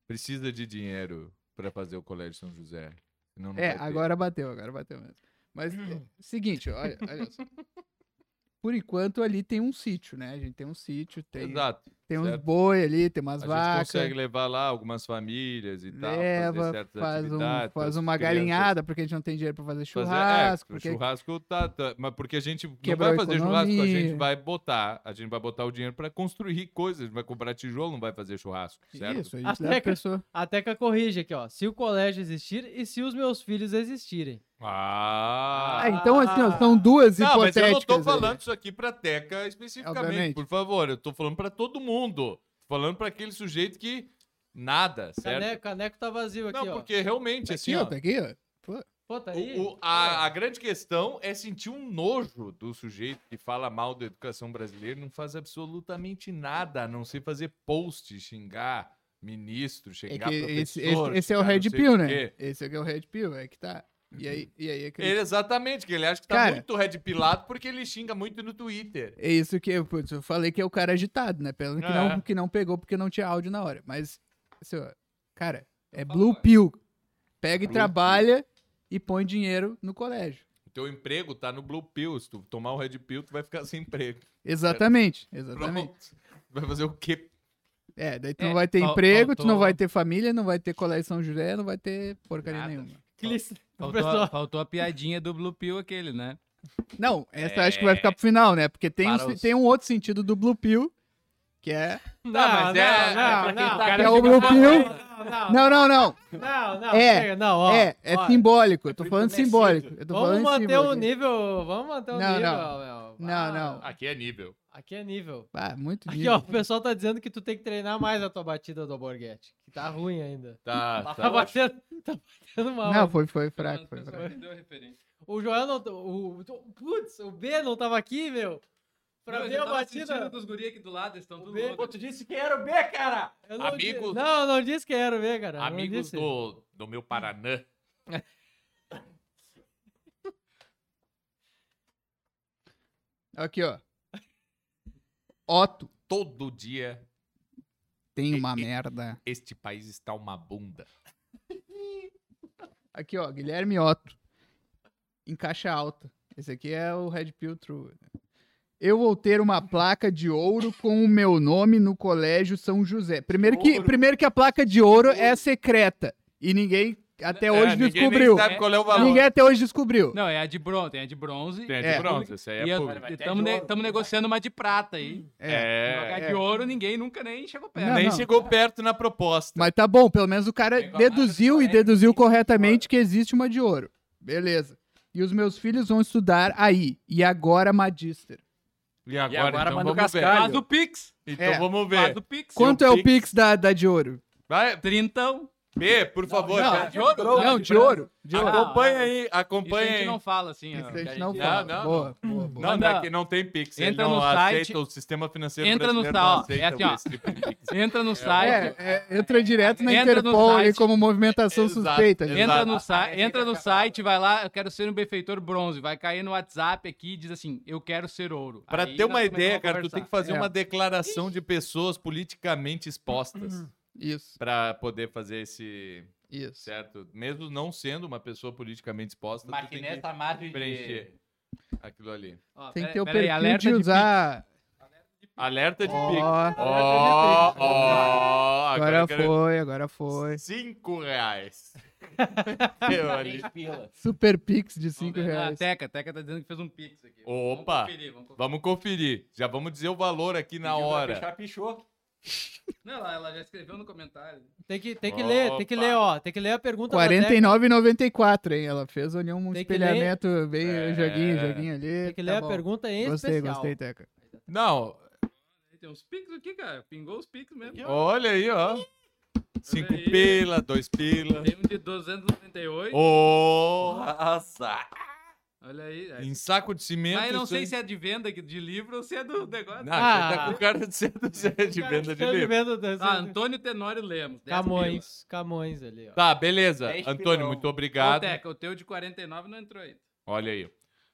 Precisa de dinheiro pra fazer o colégio São José. Senão não
É,
vai ter.
agora bateu, agora bateu mesmo. Mas, é, seguinte, olha, olha só. Por enquanto, ali tem um sítio, né? A gente tem um sítio, tem,
Exato.
tem uns
certo.
boi ali, tem
A
umas
gente
vacas.
consegue levar lá algumas famílias e tal. fazer
leva,
certas
faz, um,
atividades,
faz
as
uma
crianças
galinhada, porque a gente não tem dinheiro pra fazer
fazer-
churrasco.
é,
porque...
churrasco tá, tá- Mas porque a gente não
Quebrar a
vai fazer churrasco, a gente
economia.
vai botar. A gente vai botar o dinheiro pra construir coisas. A gente vai comprar tijolo, não vai fazer churrasco, certo?
Isso, a
As
gente leva a
teclas.
pessoa.
A Teca corrige aqui, ó. Se o colégio existir e se os meus filhos existirem.
Ah!
Ah, então assim, ó, são duas
Não, mas eu
hipotéticas.
não tô
aí.
falando isso aqui pra Teca especificamente,
Obviamente.
por favor. Eu tô falando pra todo mundo. Tô falando pra aquele sujeito que nada, certo?
Caneco, caneco tá vazio aqui,
Não,
ó.
porque realmente,
Tá
assim,
aqui, ó,
ó,
tá aqui, ó.
Pô, tá aí.
o- o-
Ah.
a, a grande questão é sentir um nojo do sujeito que fala mal da educação brasileira e não faz absolutamente nada, a não ser fazer post, xingar ministro,
É
xingar
que esse,
professor,
esse- esse é o
xingar
Red
não sei
Pill,
o
né?
quê. Uhum.
Esse aqui é o Red Pill, é que tá. E aí, e aí é que...
Ele- exatamente, que ele acha que tá
Cara-
muito red pilado porque ele xinga muito no Twitter.
É isso que eu, putz, eu falei que é o cara agitado, né? Pelo que,
É.
não, que não pegou porque não tinha áudio na hora. Mas, assim, ó, cara, é Blue Pill. Pega e
Blue
trabalha e põe dinheiro no colégio.
O teu emprego tá no Blue Pill. Se tu tomar o Red Pill, tu vai ficar sem emprego.
Exatamente, exatamente.
Pronto. Vai fazer o quê?
É, daí tu
É,
não vai ter
fal-
emprego, tu não
faltou-
vai ter família, não vai ter colégio São José, não vai ter porcaria
Nada.
nenhuma.
Que lista.
Faltou,
Pessoal.
a, faltou a piadinha do Blue Pill aquele, né?
Não, essa eu acho que vai ficar pro final, né? Porque tem, um,
Para
se-
os-
tem um outro sentido do Blue Pill, que é...
Não,
mas é-
não,
é pra quem
não,
tá-
não,
Cara,
que é o
fica
Blue Pill...
não, não,
Não, não, não.
não, não,
É,
chega, não, ó,
é, é
ó.
simbólico. Eu tô
Foi
falando
prometido.
simbólico. Eu tô
Vamos
falando
manter
simbólico.
o nível, vamos manter o
Não,
nível,
não.
meu.
Não,
Ah,
não.
Aqui é nível.
Aqui é nível.
Ah, muito
Aqui,
nível.
ó, o pessoal tá dizendo que tu tem que treinar mais a tua batida do Alborguete, que tá ruim ainda.
Tá,
Tá
tá.
batendo, tá batendo mal.
Não, foi, foi fraco, foi fraco.
Deu a referência.
O Joel não. O, o- putz, o B não tava aqui, meu. Pra
eu
ver
já
a
tava
batida.
sentindo dos guri aqui do lado, estão
O
tudo
B-
louco.
disse que era o B, cara!
Eu não di-
Amigos-
Não, eu não disse que era o B, cara. eu não
Amigos
disse.
do, do meu Paranã.
Aqui, ó. Otto
Todo dia
tem uma merda.
este país está uma bunda.
Aqui, ó. Guilherme Otto. Em caixa alta. Esse aqui é o Red Pill True. Eu vou ter uma placa de ouro com o meu nome no Colégio São José. Primeiro que, primeiro que a placa de ouro é secreta. E ninguém até hoje
É, ninguém nem
descobriu.
sabe qual é o valor.
Ninguém até hoje descobriu.
Não, é a de bronze, tem a de bronze.
Tem a de
É.
bronze, essa aí
e
é
a-
pública.
e estamos ne tamo negociando uma de prata aí.
É,
Uma de ouro, ninguém nunca nem chegou perto.
Não,
nem
não.
chegou perto na proposta.
Mas tá bom, pelo menos o cara
Tem com a
deduziu
marca
e
de 40,
deduziu
20 de
corretamente que existe uma de ouro. Beleza. E os meus filhos vão estudar aí. E agora, Magister.
E agora,
agora,
então,
manda o
vamos ver.
cascalho.
Faz o Pix.
Então
É.
vamos
Faz
ver.
o Pix.
Quanto é o Pix da, da de ouro?
Vai,
Trintão.
B, por favor.
não,
cara.
De ouro?
Não, de ouro. De ouro.
acompanha aí,
Ah, Isso a
acompanha
gente
aí.
não fala assim. ó.
Isso a gente
não,
não fala.
não,
Boa, boa, boa.
Não,
Manda-
não, é que não tem Pix. Ele
Entra
não
no
aceita,
site-
o sistema financeiro
Entra no
brasileiro não
site, é
aceita
assim, ó.
esse tipo de Pix.
Entra no
É,
site.
é, entra direto na
Entra no
Interpol ali
site.
como movimentação
Exato,
suspeita.
exato.
gente.
Entra
Exato.
no, sa entra no site, vai lá, eu quero ser um benfeitor bronze. Vai cair no WhatsApp aqui e diz assim, eu quero ser ouro.
Pra
Aí
ter
nós
uma
começamos
ideia,
a
cara, tu
conversar.
tem que fazer
É.
uma declaração de pessoas politicamente
Uhum.
expostas
Isso,
pra poder fazer esse
isso.
certo. Mesmo não sendo uma pessoa politicamente exposta, tu tem
Maquineta
que
a margem
preencher
de...
aquilo ali.
Ó,
Tem que
pera-
ter o
peraí,
perfil
alerta
de
de
usar.
Alerta de Pix.
Ó,
Ó, ó, agora
agora
eu quero
foi, agora foi.
cinco reais. Eu ali.
Super Pix de
Vamos
5
ver. Ah,
reais.
Teca, Teca tá dizendo que fez um Pix aqui.
Opa.
Vamos conferir, vamos conferir.
Vamos conferir. Já vamos dizer o valor aqui na hora.
Não, ela, ela já escreveu no comentário.
Tem que, tem que ler, tem que ler, ó. Tem que ler a pergunta da Tec.
49,94, hein? Ela fez ali um
Tem que
espelhamento bem
É.
joguinho, joguinho ali.
Tem que
Tá
ler a
bom.
pergunta em
Gostei,
especial.
gostei, Teca.
Não,
Tem uns pix aqui, cara. Pingou os pix mesmo.
olha aí, ó. Cinco
aí.
pila, dois pila.
Tem um de 298.
Ô,
Nossa!
Olha aí. aí.
em saco de cimento.
Mas eu não
isso
sei
aí.
se é de venda aqui de livro ou se é do negócio.
Não, ah. tá
Ah.
com cara de ser de venda de
Tô
livro. então,
vendo dessa-
Ah, Antônio Tenório Lemos. 10 pila.
Camões, Camões ali, ó.
Tá, beleza.
Dez
Antônio,
pilão.
muito
Ô,
obrigado.
Teca, o teu de 49 não entrou ainda.
Olha aí.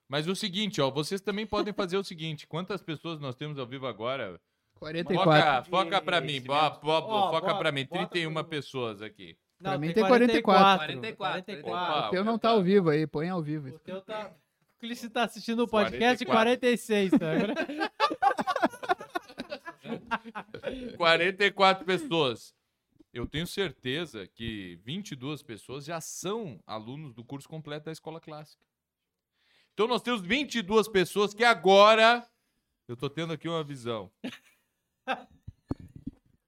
Mas o seguinte, ó, vocês também podem fazer o seguinte: quantas pessoas nós temos ao vivo agora?
44.
Foca, foca pra mim, bo, bo- bo-
Ó,
foca
bota-
pra mim.
bota
31
pro-
pessoas aqui.
Pra mim tem 44.
44.
44.
Opa.
O teu não tá ao vivo aí, põe ao vivo.
O teu tá. O Clício tá assistindo o podcast
44.
46, tá? Agora-
44 pessoas. Eu tenho certeza que 22 pessoas já são alunos do curso completo da escola clássica. Então nós temos 22 pessoas que agora. Eu tô tendo aqui uma visão. E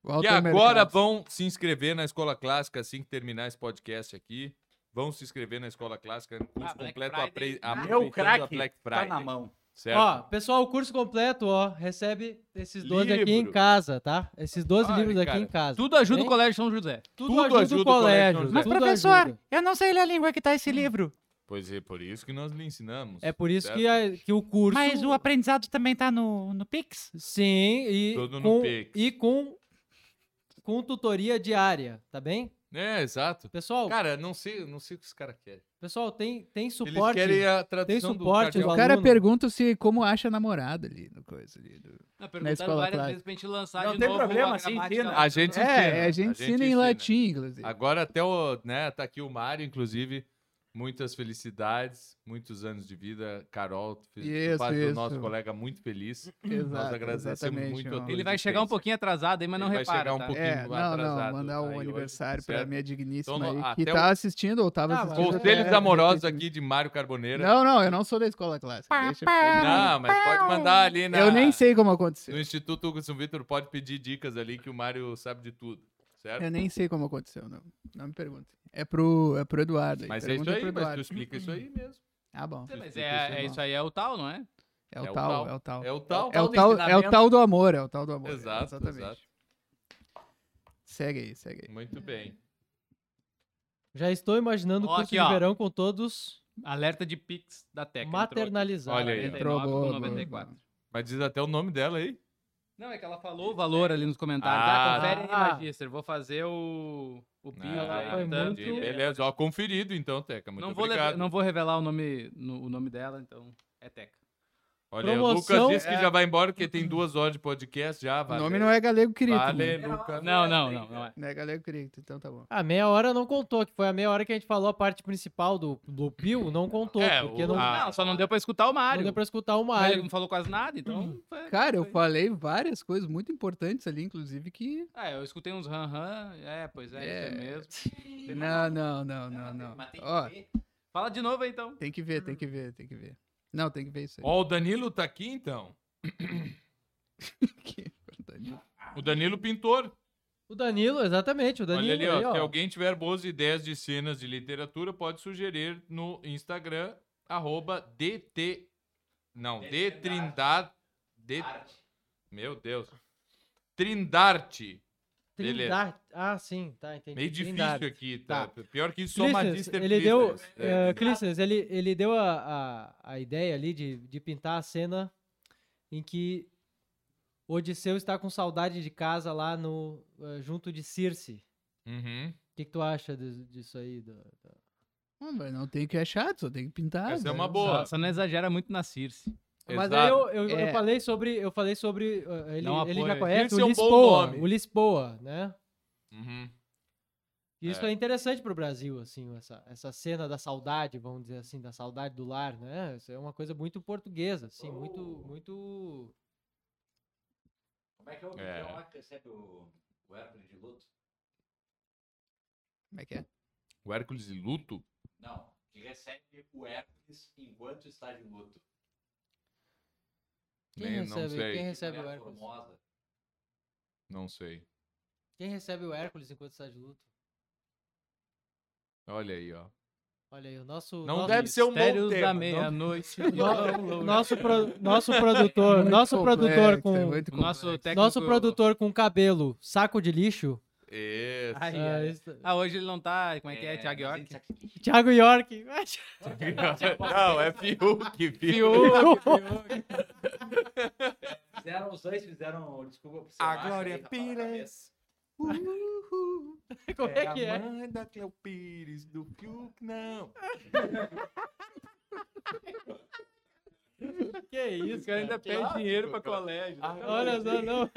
Walter
agora
Mercado.
vão se inscrever na Escola Clássica assim que terminar esse podcast aqui. Vão se inscrever na Escola Clássica no curso
Ah, Black
completo
Friday.
apre... aproveitando
Meu
a
craque,
Black
tá
Friday.
na mão.
Certo?
Ó, pessoal, o curso completo, ó, recebe esses 12 aqui em
Livro.
casa, tá? Esses 12
Olha,
livros aqui
cara,
em casa.
Tudo ajuda
Bem?
o Colégio São José.
Tudo
tudo ajuda o colégio, né? José. Mas,
tudo ajuda.
eu não sei ler a língua que tá esse livro.
Pois é, por isso que nós lhe ensinamos.
É por isso
Certo.
que, a- que o curso.
aprendizado também tá no, no Pix?
Sim, e
Tudo no
com,
Pix.
e com com tutoria diária, tá bem?
É, exato.
Pessoal,
Cara, não sei, não sei o que os caras querem.
pessoal, tem tem
Eles
suporte.
querem a tradução
suporte
do
do
cardeal.
O cara
aluno.
pergunta se como acha namorada ali no coisa ali. do-
Ah,
escola
Perguntaram várias
clássica.
vezes pra gente lançar
Não
de
tem
novo
problema,
a
sim,
gramática
ensina.
lá.
A gente ensina.
É, a gente ensina em latim, inclusive.
Agora até o, né, tá aqui o Mário, inclusive, Muitas felicidades, muitos anos de vida. Carol, tu fez- tu
Isso,
faz o
isso.
nosso colega muito feliz. Nós
Exato,
agradecemos
exatamente,
muito a
irmão.
tua
Ele vai chegar um
existência.
pouquinho atrasado aí, mas
Ele
não
vai
repara.
chegar um
tá?
pouquinho
É, não, não,
atrasado
mandar um
aí hoje,
aniversário pra
certo?
minha digníssima
Então,
aí, que
até
tá assistindo ou tava
Ah, mas-
assistindo.
Conselhos
até-
amorosos aqui de Mário Carboneira.
Não, não, eu não sou da escola clássica. deixa eu-
Não, mas pode mandar ali na...
Eu nem sei como
No
aconteceu.
Instituto Hugo São Vitor pode pedir dicas ali que o Mário sabe de tudo, certo?
Eu nem sei como aconteceu, não. Não me pergunte. É pro, é pro Eduardo. aí,
Mas é isso
pergunta
aí,
pro
mas tu
Eduardo.
explica isso aí mesmo.
Ah, bom.
Sim,
Mas é,
né?
é isso aí, é o tal, não é?
É o tal, é o tal.
É o tal.
É o
do
tal, é o
ensinamento.
tal do amor, é o tal do amor.
Exato, exato.
Segue aí, segue aí.
Muito bem.
Já estou imaginando o
Ó,
curso
aqui,
de
ó.
verão com todos
Alerta de Pix da
É
técnica.
maternalizados.
Olha aí, ó.
Entrou, boa, boa.
94.
Mas diz até o nome dela aí.
Não, é que ela falou o valor ali nos comentários. Ah,
Ah,
confere
tá.
aí, Magister. Vou fazer o, o Pix.
Ah,
aí,
foi
tá?
muito-
entendi. Beleza, ó, conferido então, Teca. Muito
Não vou,
obrigado.
leve- não vou revelar o nome, no- o nome dela, então é Teca.
Olha, aí, o
Promoção-
Lucas disse que já vai embora porque tem duas horas de podcast já.
é- O
Valeu.
nome não é Galego Crito.
Vale,
né?
Lucas.
Não, não, não, não é.
Não é Galego Crito, então tá bom.
A Ah, meia hora não contou, que foi a meia hora que a gente falou a parte principal do, do Pio, não contou,
É,
porque
o-
não,
Ah.
Não, só não deu pra escutar o
não
Mário.
deu pra escutar o
Mas Ele
Mário. Uhum.
não falou quase nada, então. foi-
Cara, eu
foi.
falei várias coisas muito importantes ali, inclusive que.
Ah, eu escutei uns ram-ram. É, pois é,
É.
isso é mesmo.
Não, não, não, não, não. Ó,
Fala de novo aí, então.
tem que ver, tem que ver, tem que ver. Não, tem que ver isso aí.
Ó, o Danilo tá aqui então.
Que verdade.
O Danilo Pintor.
O Danilo, exatamente, o Danilo.
Olha ali, ó.
aí, ó.
Se alguém tiver boas ideias de cenas de literatura, pode sugerir no Instagram, arroba DT. Não, D Trindade. D... Meu Deus. Trindarte. Beleza.
Trindade. Ah, sim, tá, entendi.
Meio difícil
Trindade.
aqui, tá? Pior que isso, só
Clístenes,
Magister
ele deu,
Clístenes.
eh,
É.
Clístenes, ele, ele deu a, a, a ideia ali de, de pintar a cena em que Odisseu está com saudade de casa lá no eh, junto de Circe.
Uhum.
O que, que tu acha dis- disso aí? da- da-
Não, mas não tem que achar, só tem que pintar.
Essa é
né?
uma boa.
Só, só não exagera muito na Circe.
Mas
Exato.
aí eu, eu, eu
É.
falei sobre, eu falei sobre eh, ele,
Não
ele já
apoia.
conhece
Circe é
o
um bom
Lisboa,
nome.
o Lisboa, né?
Uhum.
E isso
É.
é, interessante pro Brasil, assim, essa, essa cena da saudade, vamos dizer assim, da saudade do lar, né? Isso é uma coisa muito portuguesa, assim, muito, muito
Como é que é o
É.
é. lá que recebe o, o Hércules de luto?
Como é que é?
O Hércules de luto?
Não, que recebe o Hércules enquanto está de luto.
Quem
Nem- não
recebe,
sei.
quem recebe o
Mulher
Hércules?
formosa.
Não sei.
Quem recebe o Hércules enquanto está de luto?
Olha aí, ó.
Olha aí, o nosso
Não
nosso,
deve ser um bom
Mistérios da
tema. não-
meia-noite.
no- nosso pro- nosso produtor,
Muito
nosso produtor
complexo, é
com
muito
O nosso técnico...
nosso produtor com cabelo, saco de lixo.
Esse.
Ai,
ah,
ai.
esse-
Ah, hoje ele não tá... Como é que é? Thiago
mas
York?
ele sabe que-
Thiago York.
Não, é Fiuk. Fiuk.
Fiuk.
Fizeram, os dois fizeram, desculpa por ser macho, aí, rapaz, na cabeça.
Como é que é?
Amanda Cleo Pires do Fiuk, não.
tá Que é isso, cara?
ainda
Ainda
pede dinheiro pra colégio.
Olha só, não.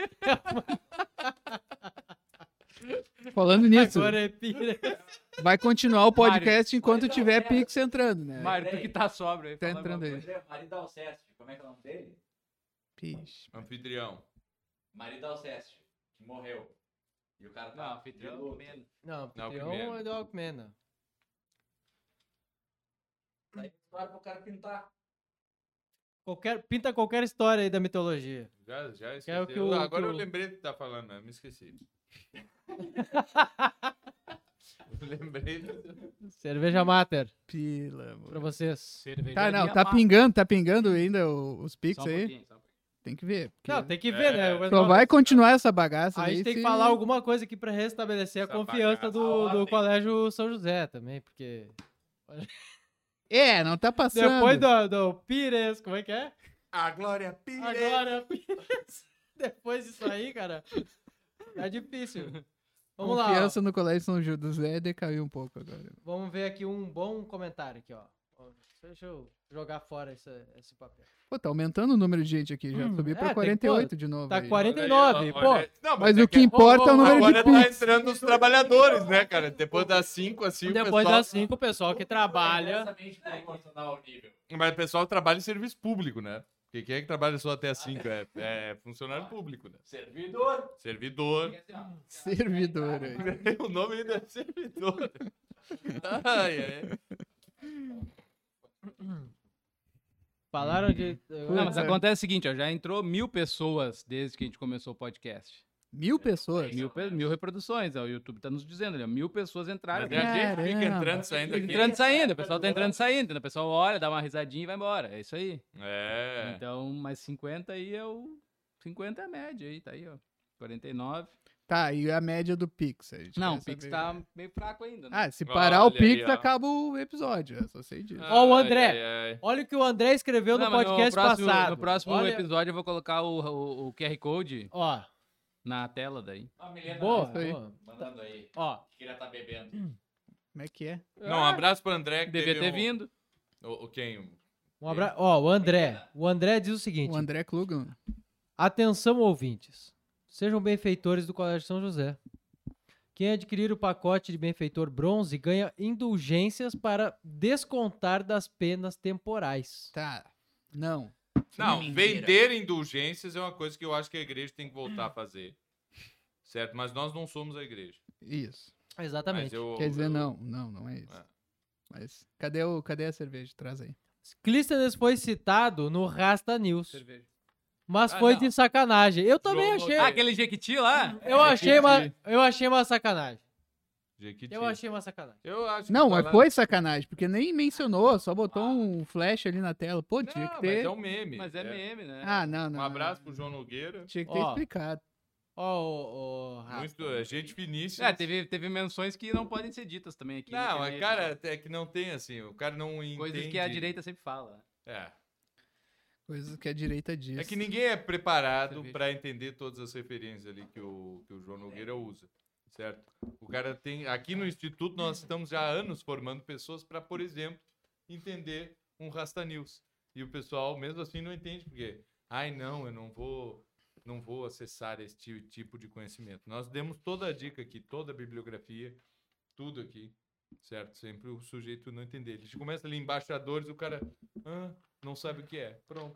Falando nisso,
Agora é pira.
vai continuar o podcast enquanto tiver Pix entrando, né?
Mário, tu que tá sobra aí.
Tá
fala
entrando
alguma
aí.
Pois é, Marido Alceste, como é que é o nome dele?
Pixe.
Anfitrião.
Marido Alceste, que morreu. E o cara
coisa.
tá
Não,
de
anfitrião
luto.
menos.
Não,
Alckmin.
Patreon é do Alckmin. não.
Daí claro pro cara pintar.
Qualquer, pinta qualquer história aí da mitologia.
Já, já esqueci.
Quero que É o-
Ah, Agora
que
eu
o-
lembrei do que tá falando, mas me esqueci. Eu lembrei do...
Cerveja Mater
Pila, amor.
pra vocês.
Tá, não,
Cervejaria
tá
Mar-
pingando, tá pingando ainda o- os
Só
Pix
um
aí.
pouquinho, só um pouquinho.
Tem que ver. porque
Não, tem que ver, né? O
Só
pessoal-
vai continuar essa bagaça.
A
aí
gente tem que
se-
falar alguma coisa aqui pra restabelecer a
Essa
confiança
bagaça.
do,
A
do
ordem.
Colégio São José também, porque.
É, não tá passando.
Depois do, do Pires, como é que é?
A Glória Pires.
Agora, Pires. Depois disso aí, cara. Tá difícil. Vamos lá. ó.
Confiança no Colégio São Judas é decaiu um pouco agora.
Vamos ver aqui um bom comentário aqui, ó. Ó, não. Deixa eu jogar fora essa- esse papel.
Pô, tá aumentando o número de gente aqui. Já
Hum,
subi
é,
pra
tem
48
que-
de novo.
Tá
aí.
49, pô.
Não,
Mas
é
o que importa é o número de
Agora tá
pix.
entrando os trabalhadores, né, cara? Depois das 5 às 5.
Depois das 5, o pessoal que trabalha.
É,
Mas o pessoal trabalha em serviço público, né? Porque quem é que trabalha só até as 5? É, é funcionário
Ah.
público, né? Servidor. Servidor.
Servidor aí.
O nome ainda é servidor. Ai, ai.
Falaram de.
Não, mas
Putz,
acontece o seguinte, ó, já entrou mil pessoas desde que a gente começou o podcast.
Mil pessoas?
Mil, pe- mil reproduções, ó, o YouTube tá nos dizendo ali, ó, mil pessoas entraram.
Mas é a gente que fica
Caramba.
entrando saindo aqui.
Entrando e saindo, o pessoal tá entrando e saindo, né? o pessoal olha, dá uma risadinha e vai embora, é isso aí.
É.
Então, mais 50 aí é o... 50 é a média aí, tá aí, ó. 49.
Tá, e a média do Pix? A gente
Não, o
quer
Pix
saber.
tá meio fraco ainda, né?
Ah, se parar o
Olha aí,
Pix,
ó. Ah,
acaba o episódio. Eu só sei disso.
Ó o
Ai,
André.
ai, ai.
Olha o que o André escreveu
Não,
no
mas
podcast
próximo,
passado.
No próximo
Olha-
episódio eu vou colocar o, o- o QR Code
Ó,
na tela daí.
Ah,
boa,
isso aí.
boa.
Mandando aí,
Ó,
que já tá bebendo.
Como é que é?
Não, um abraço pro André. Que
Devia
teve
ter
um-
vindo.
O, o quem?
um abra... Ó, o André. O André diz o seguinte:
O André Klugan.
Atenção, ouvintes. Sejam benfeitores do Colégio São José. Quem adquirir o pacote de benfeitor bronze ganha indulgências para descontar das penas temporais.
Tá. Não.
Não,
Mentira.
vender indulgências é uma coisa que eu acho que a igreja tem que voltar a fazer. Certo? Mas nós não somos a igreja.
Isso.
Mas
Exatamente.
eu-
Quer dizer,
eu-
não. Não, não é isso.
É.
Mas cadê, o, cadê a cerveja? Traz aí.
Clístenes foi citado no Rasta News, mas
Ah,
foi
não.
de sacanagem. Eu também
Jogo-
achei.
Ah, aquele Jequiti lá?
Eu achei uma, eu achei uma sacanagem.
Jequiti.
Eu achei uma sacanagem.
tipo? Eu acho que
Não,
tá
mas
lá- Ah.
foi sacanagem, porque nem mencionou, só botou um flash ali na tela. Pô,
Não,
tinha que
mas
ter.
é um meme.
Mas é meme, né?
Ah, não, não.
Um
não,
abraço
não.
pro João Nogueira.
Tinha que ter
Ó.
explicado.
Ó, o- o Rafa.
Muito, é gente finíssima.
É, teve, teve menções que não podem ser ditas também aqui.
Não,
né,
é,
que-
cara, é que não tem assim. O cara não entende.
Coisas que a direita sempre fala.
É.
Coisas que a direita diz.
É que ninguém é preparado
Cerveja.
para entender todas as referências ali que o, que o João Nogueira usa, certo? O cara tem. Aqui no Instituto nós estamos já há anos formando pessoas para, por exemplo, entender um Rasta News. E o pessoal, mesmo assim, não entende, porque. Ai, não, eu não vou. Não vou acessar este tipo de conhecimento. Nós demos toda a dica aqui, toda a bibliografia, tudo aqui, certo? Sempre o sujeito não entender. Ele começa ali, embaixadores, o cara "Hã? não sabe o que é. Pronto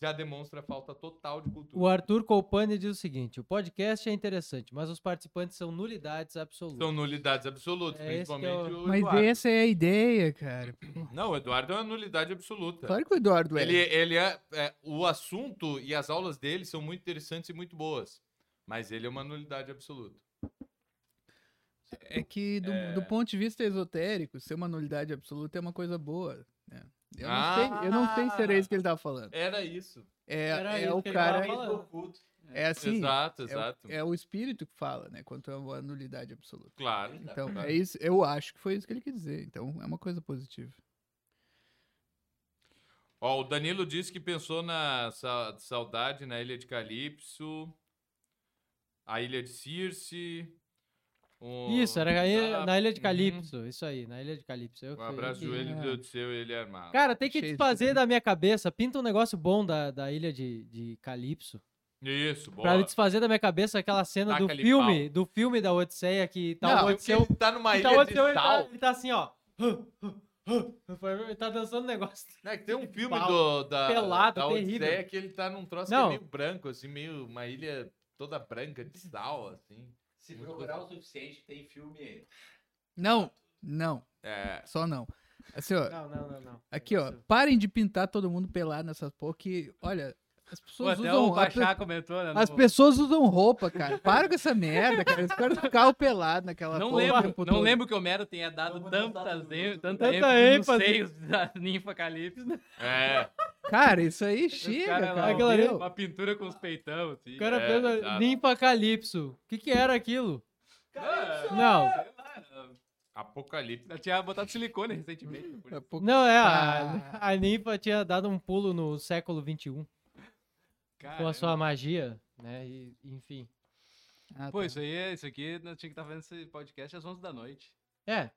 já demonstra a falta total de cultura.
O Arthur Colpani diz o seguinte: o podcast é interessante, mas os participantes são nulidades absolutas.
São nulidades absolutas,
É, esse que
principalmente
é o-
o
Mas
Eduardo.
essa é a ideia, cara.
Não, o Eduardo é uma nulidade absoluta.
Claro que o Eduardo é.
Ele, ele é, é, O assunto e as aulas dele são muito interessantes e muito boas. Mas ele é uma nulidade absoluta.
É que do, do ponto de vista esotérico, ser uma nulidade absoluta é uma coisa boa. né? Eu, não sei, eu não sei se era isso que ele tava falando.
Era isso.
É,
Era
é
isso
o
que ele tava
cara.
falando.
É assim.
exato,
é o-
exato.
É, o espírito que fala, né? Quanto a uma nulidade absoluta.
Claro.
Então,
claro.
é isso. Eu acho que foi isso que ele quis dizer. Então, é uma coisa positiva.
Ó, o Danilo disse que pensou na sa- saudade na Ilha de Calypso, a Ilha de Circe. o-
Isso, era aí
Ah,
na Ilha de
uhum.
Calypso. Isso aí, na Ilha de Calypso. Eu
Um
que- eu
abraço,
que-
joelho
É.
do Odisseu e ele armado.
Cara, tem que
Cheio de
desfazer
coisa.
da minha cabeça. Pinta um negócio bom da, da Ilha de, de Calypso.
Isso, boa.
Pra desfazer da minha cabeça aquela cena do
Taca-lhe
filme, do filme da Odisseia, que tá
Não,
o
Porque
Odisseu.
ele tá numa
que
ilha
Tá, o
de
Odisseu ele, tá,
sal.
ele tá assim, ó. Ele tá dançando um negócio.
Né, que tem um filme
pau.
do, da,
Pelado,
da
terrível.
Odisseia que ele tá num troço
Não.
que é meio branco, assim, meio uma ilha toda branca de sal, assim.
Se procurar o suficiente, tem filme.
Não, não,
É.
só não. Assim, ó,
Não, não, não, não.
aqui, ó. Parem de pintar todo mundo pelado nessas porra que, olha, as
Pô,
pessoas
até
usam.
o
a pe-
Pachá comentou, né?
As
no-
pessoas usam roupa, cara. Para com essa merda, cara. Os caras ficavam pelados naquela
Não
porra o
lembro,
tempo
não
todo.
lembro que Homero tenha dado tantas, em- tanta,
Tanta
ênfase nos
ênfase.
seios da ninfa Calypse. né?
É.
Cara, isso aí
Os
chega,
cara
cara.
lá,
Aquela ali-
entendeu?
Uma pintura com os peitão, assim.
O cara
É,
fez a
exato.
Ninfa Calypso. O que que era aquilo?
Não,
Não.
sei lá,
Apocalipse.
eu tinha botado silicone recentemente. por isso.
Não, é, a, a ninfa tinha dado um pulo no século XXI com a
Caramba.
sua magia, né? E, enfim.
Ah, tá.
Pô, isso aí, é- isso aqui, nós
tá
tinha que estar fazendo esse podcast às 11 da noite.
É,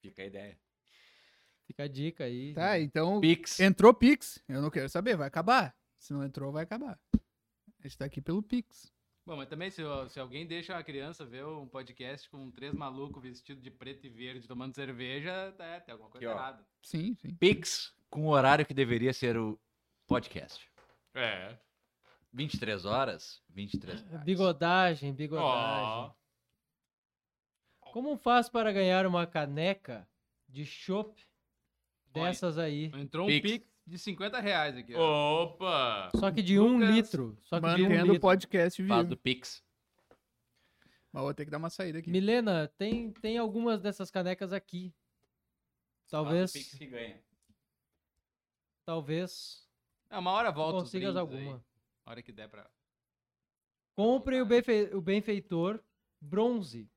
Fica a ideia.
Fica a dica aí.
Tá, então
Pix.
entrou Pix. Eu não quero saber, vai acabar. Se não entrou, vai acabar. A gente tá aqui pelo Pix.
Bom, mas também se, se alguém deixa uma criança ver um podcast com três malucos vestidos de preto e verde tomando cerveja, tá, tem alguma coisa
Aqui, ó.
errada.
Sim, sim.
Pix com o horário que deveria ser o podcast.
É.
23 horas, 23 reais.
Bigodagem,
Ó.
bigodagem. Como faz para ganhar uma caneca de chopp
Olha.
dessas aí?
Entrou um
Pix.
pix de 50 reais aqui, ó.
Opa!
Só que de um
Lucas,
litro. Só que de um
Mantendo o
litro.
podcast vivo.
Faz do Pix.
Mas vou ter que dar uma saída aqui.
Milena, tem, tem algumas dessas canecas aqui. Talvez,
Faz do Pix que ganha.
talvez
Ah, uma hora volta. os
consigas
brindes aí.
alguma.
A hora que der pra.
Compre o, benfe- o benfeitor bronze,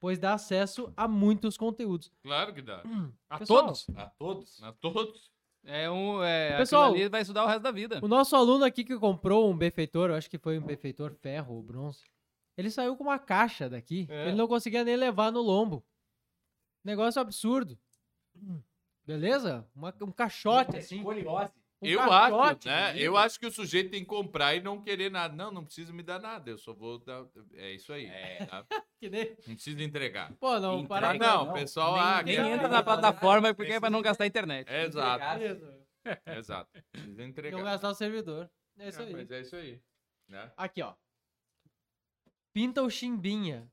pois dá acesso a muitos conteúdos.
Claro que dá.
A
Pessoal,
todos?
A todos?
A todos.
É um. É, aquilo
Pessoal.
ali vai estudar o resto da vida.
O nosso aluno aqui que comprou um benfeitor, eu acho que foi um benfeitor ferro ou bronze, ele saiu com uma caixa daqui.
É.
Ele não conseguia nem levar no lombo. Negócio absurdo. Beleza? Uma- um caixote, assim.
Tá.
Um
eu acho,
caixote, assim,
né?
bonito.
Eu acho que o sujeito tem que comprar e não querer nada. Não, não precisa me dar nada. Eu só vou dar. É isso aí. tá?
Que nem-
Não precisa entregar.
Pô, não,
Entrega,
Ah,
para.
não, o pessoal. Ah,
ninguém
quer-
entra na
plataforma porque é pra não gastar internet.
É, Exato,
Beleza.
exato. Precisa
Não
entregar.
gastar o servidor. É isso
Ah,
aí.
Mas é isso aí. né?
Aqui, ó. Pinta o chimbinha.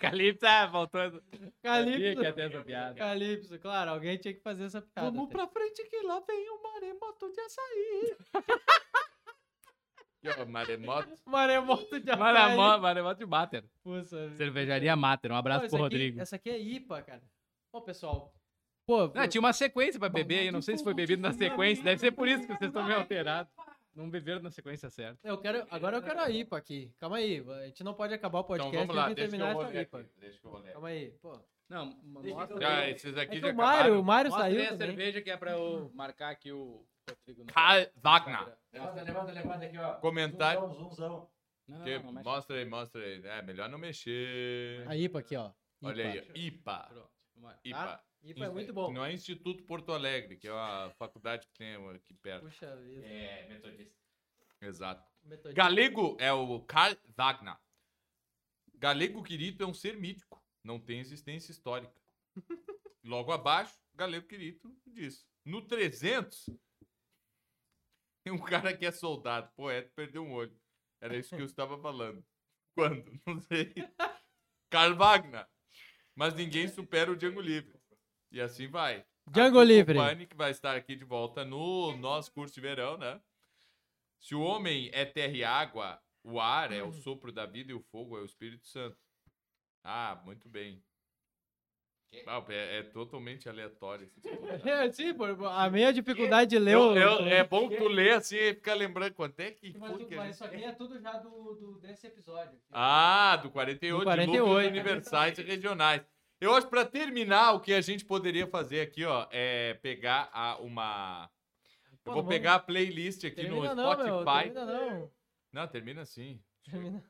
Calipsa, voltando.
Calypso.
ter essa piada.
Calypso, claro, alguém tinha que fazer essa piada. tá
Vamos
até.
pra frente que lá vem o maremoto de açaí. Aqui, ó, maremoto.
Maremoto de açaí.
Maramó de Mater.
Puxa vida.
Cervejaria Mater. Um abraço
Não,
pro
essa aqui-
Rodrigo.
Essa aqui é IPA, cara. Ô, pessoal. Pô,
Ah, tinha uma sequência pra beber aí. Não sei se foi bebido na sequência. Deve ser por isso que vocês estão meio alterados. Não beberam na sequência certa.
eu quero, agora eu quero a IPA aqui. Calma aí, a gente não pode acabar o
Então
podcast
vamos lá,
e
deixa que
terminar
eu
essa
rolê
IPA.
aqui. Deixa que eu rolê.
Calma aí, pô.
Não, mostra.
Já, esses
É
aqui
que
já
o Mário, o
acabaram.
Mário
Mostra aí
saiu
a
também.
cerveja que é pra eu marcar aqui o Rodrigo. no- É,
Karl Wagner.
Levanta, levanta, levanta aqui, ó.
Comentário.
Zoomzão, zoomzão.
Não, não,
Que-
não, mexe.
mostra aí, mostra aí. É, melhor não mexer.
A IPA aqui, ó. IPA.
Olha aí, ó. IPA.
Pronto, Tá? vamos lá.
IPA.
IPA é muito bom.
Que Não é Instituto Porto Alegre, que é a faculdade que tem aqui perto.
Puxa vida.
É, metodista.
Exato.
Metodista.
Galego é o Karl Wagner. Galego Quirito é um ser mítico, não tem existência histórica. Logo abaixo, Galego Quirito diz. No 300, tem um cara que é soldado, poeta, perdeu um olho. Era isso que eu estava falando. Quando? Não sei. Karl Wagner. Mas ninguém supera o Django Livre. E assim vai.
Django Livre.
Pane, que vai estar aqui de volta no nosso curso de verão, né? Se o homem é terra e água, o ar é o
Uhum.
sopro da vida e o fogo é o Espírito Santo. Ah, muito bem. Ah, é, é totalmente aleatório. esse tipo.
É, sim, pô, a minha dificuldade de ler
Eu-
o-
eu- é bom que tu lê assim e fica lembrando quanto é que
Mas,
foi
tu-
que a
mas
gente...
isso aqui é tudo já do, do- desse episódio.
Ah, do 48,
Do
de lucros
48.
universais e regionais. Eu acho que pra terminar, o que a gente poderia fazer aqui, ó, é pegar a, uma.
Pô,
Eu vou
não
pegar a playlist aqui
Termina
no
não,
Spotify.
meu, termina não.
Não, termina sim.
Termina.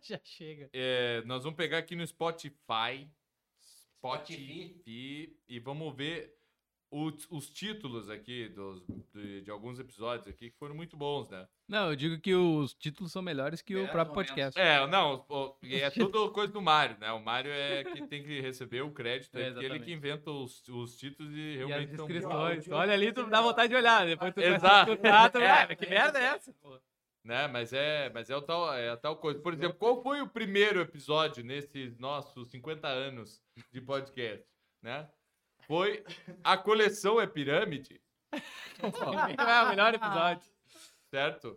já chega.
É, nós vamos pegar aqui no Spotify.
Spotify.
Spotify. E vamos ver os, os títulos aqui dos, de, de alguns episódios aqui que foram muito bons, né?
Não, eu digo que os títulos são melhores que o
Melhores
próprio
momentos.
podcast.
É, não, o- e é tudo coisa do Mário, né? O Mário é que tem que receber o crédito,
É,
é, porque ele
exatamente.
que inventa os, os títulos e
E as
realmente são
descrições. Olha ali, tu dá vontade de olhar. Depois tu começa a
Exato.
escutar, tu-
É.
Ah, mas que merda é essa? pô?
né? Mas é, mas é o tal, é a tal coisa. Por exemplo, qual foi o primeiro episódio nesses nossos 50 anos de podcast, né? Foi a coleção é pirâmide,
É o melhor episódio.
certo?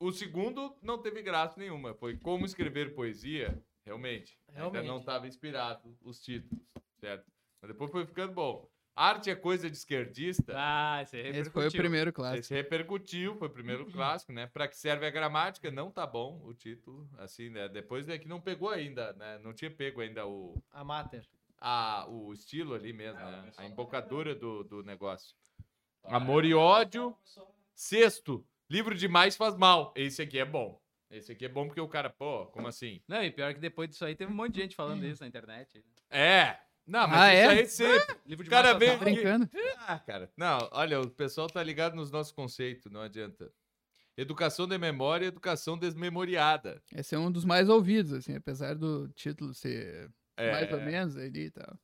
O segundo não teve graça nenhuma, foi como escrever poesia, realmente.
Realmente.
Ainda não estava inspirado os títulos, certo? Mas depois foi ficando bom. Arte é coisa de esquerdista.
Ah, esse, aí
Esse foi o
repercutiu.
primeiro clássico.
Esse repercutiu, foi o
Uhum.
primeiro clássico, né? Pra que serve a gramática? Não tá bom o título, assim, né? Depois é que não pegou ainda, né? Não tinha pego ainda o,
A Mater.
a, o estilo ali mesmo,
É, o
né? A
pessoal-
embocadura do, do negócio.
Ah,
é.
Amor e ódio. Sexto, livro demais faz mal. Esse aqui é bom. Esse aqui é bom porque o cara, pô, como assim?
Não, e pior que depois disso aí teve um monte de gente falando isso na internet.
É, Não, mas
Ah,
isso
é?
aí sempre.
Livro de
Cara,
Mata
vem-
Tá brincando?
Ah, cara. Não, olha, o pessoal tá ligado nos nossos conceitos, não adianta. Educação de memória e educação desmemoriada.
Esse é um dos mais ouvidos, assim, apesar do título ser
É,
mais ou menos ali e tal.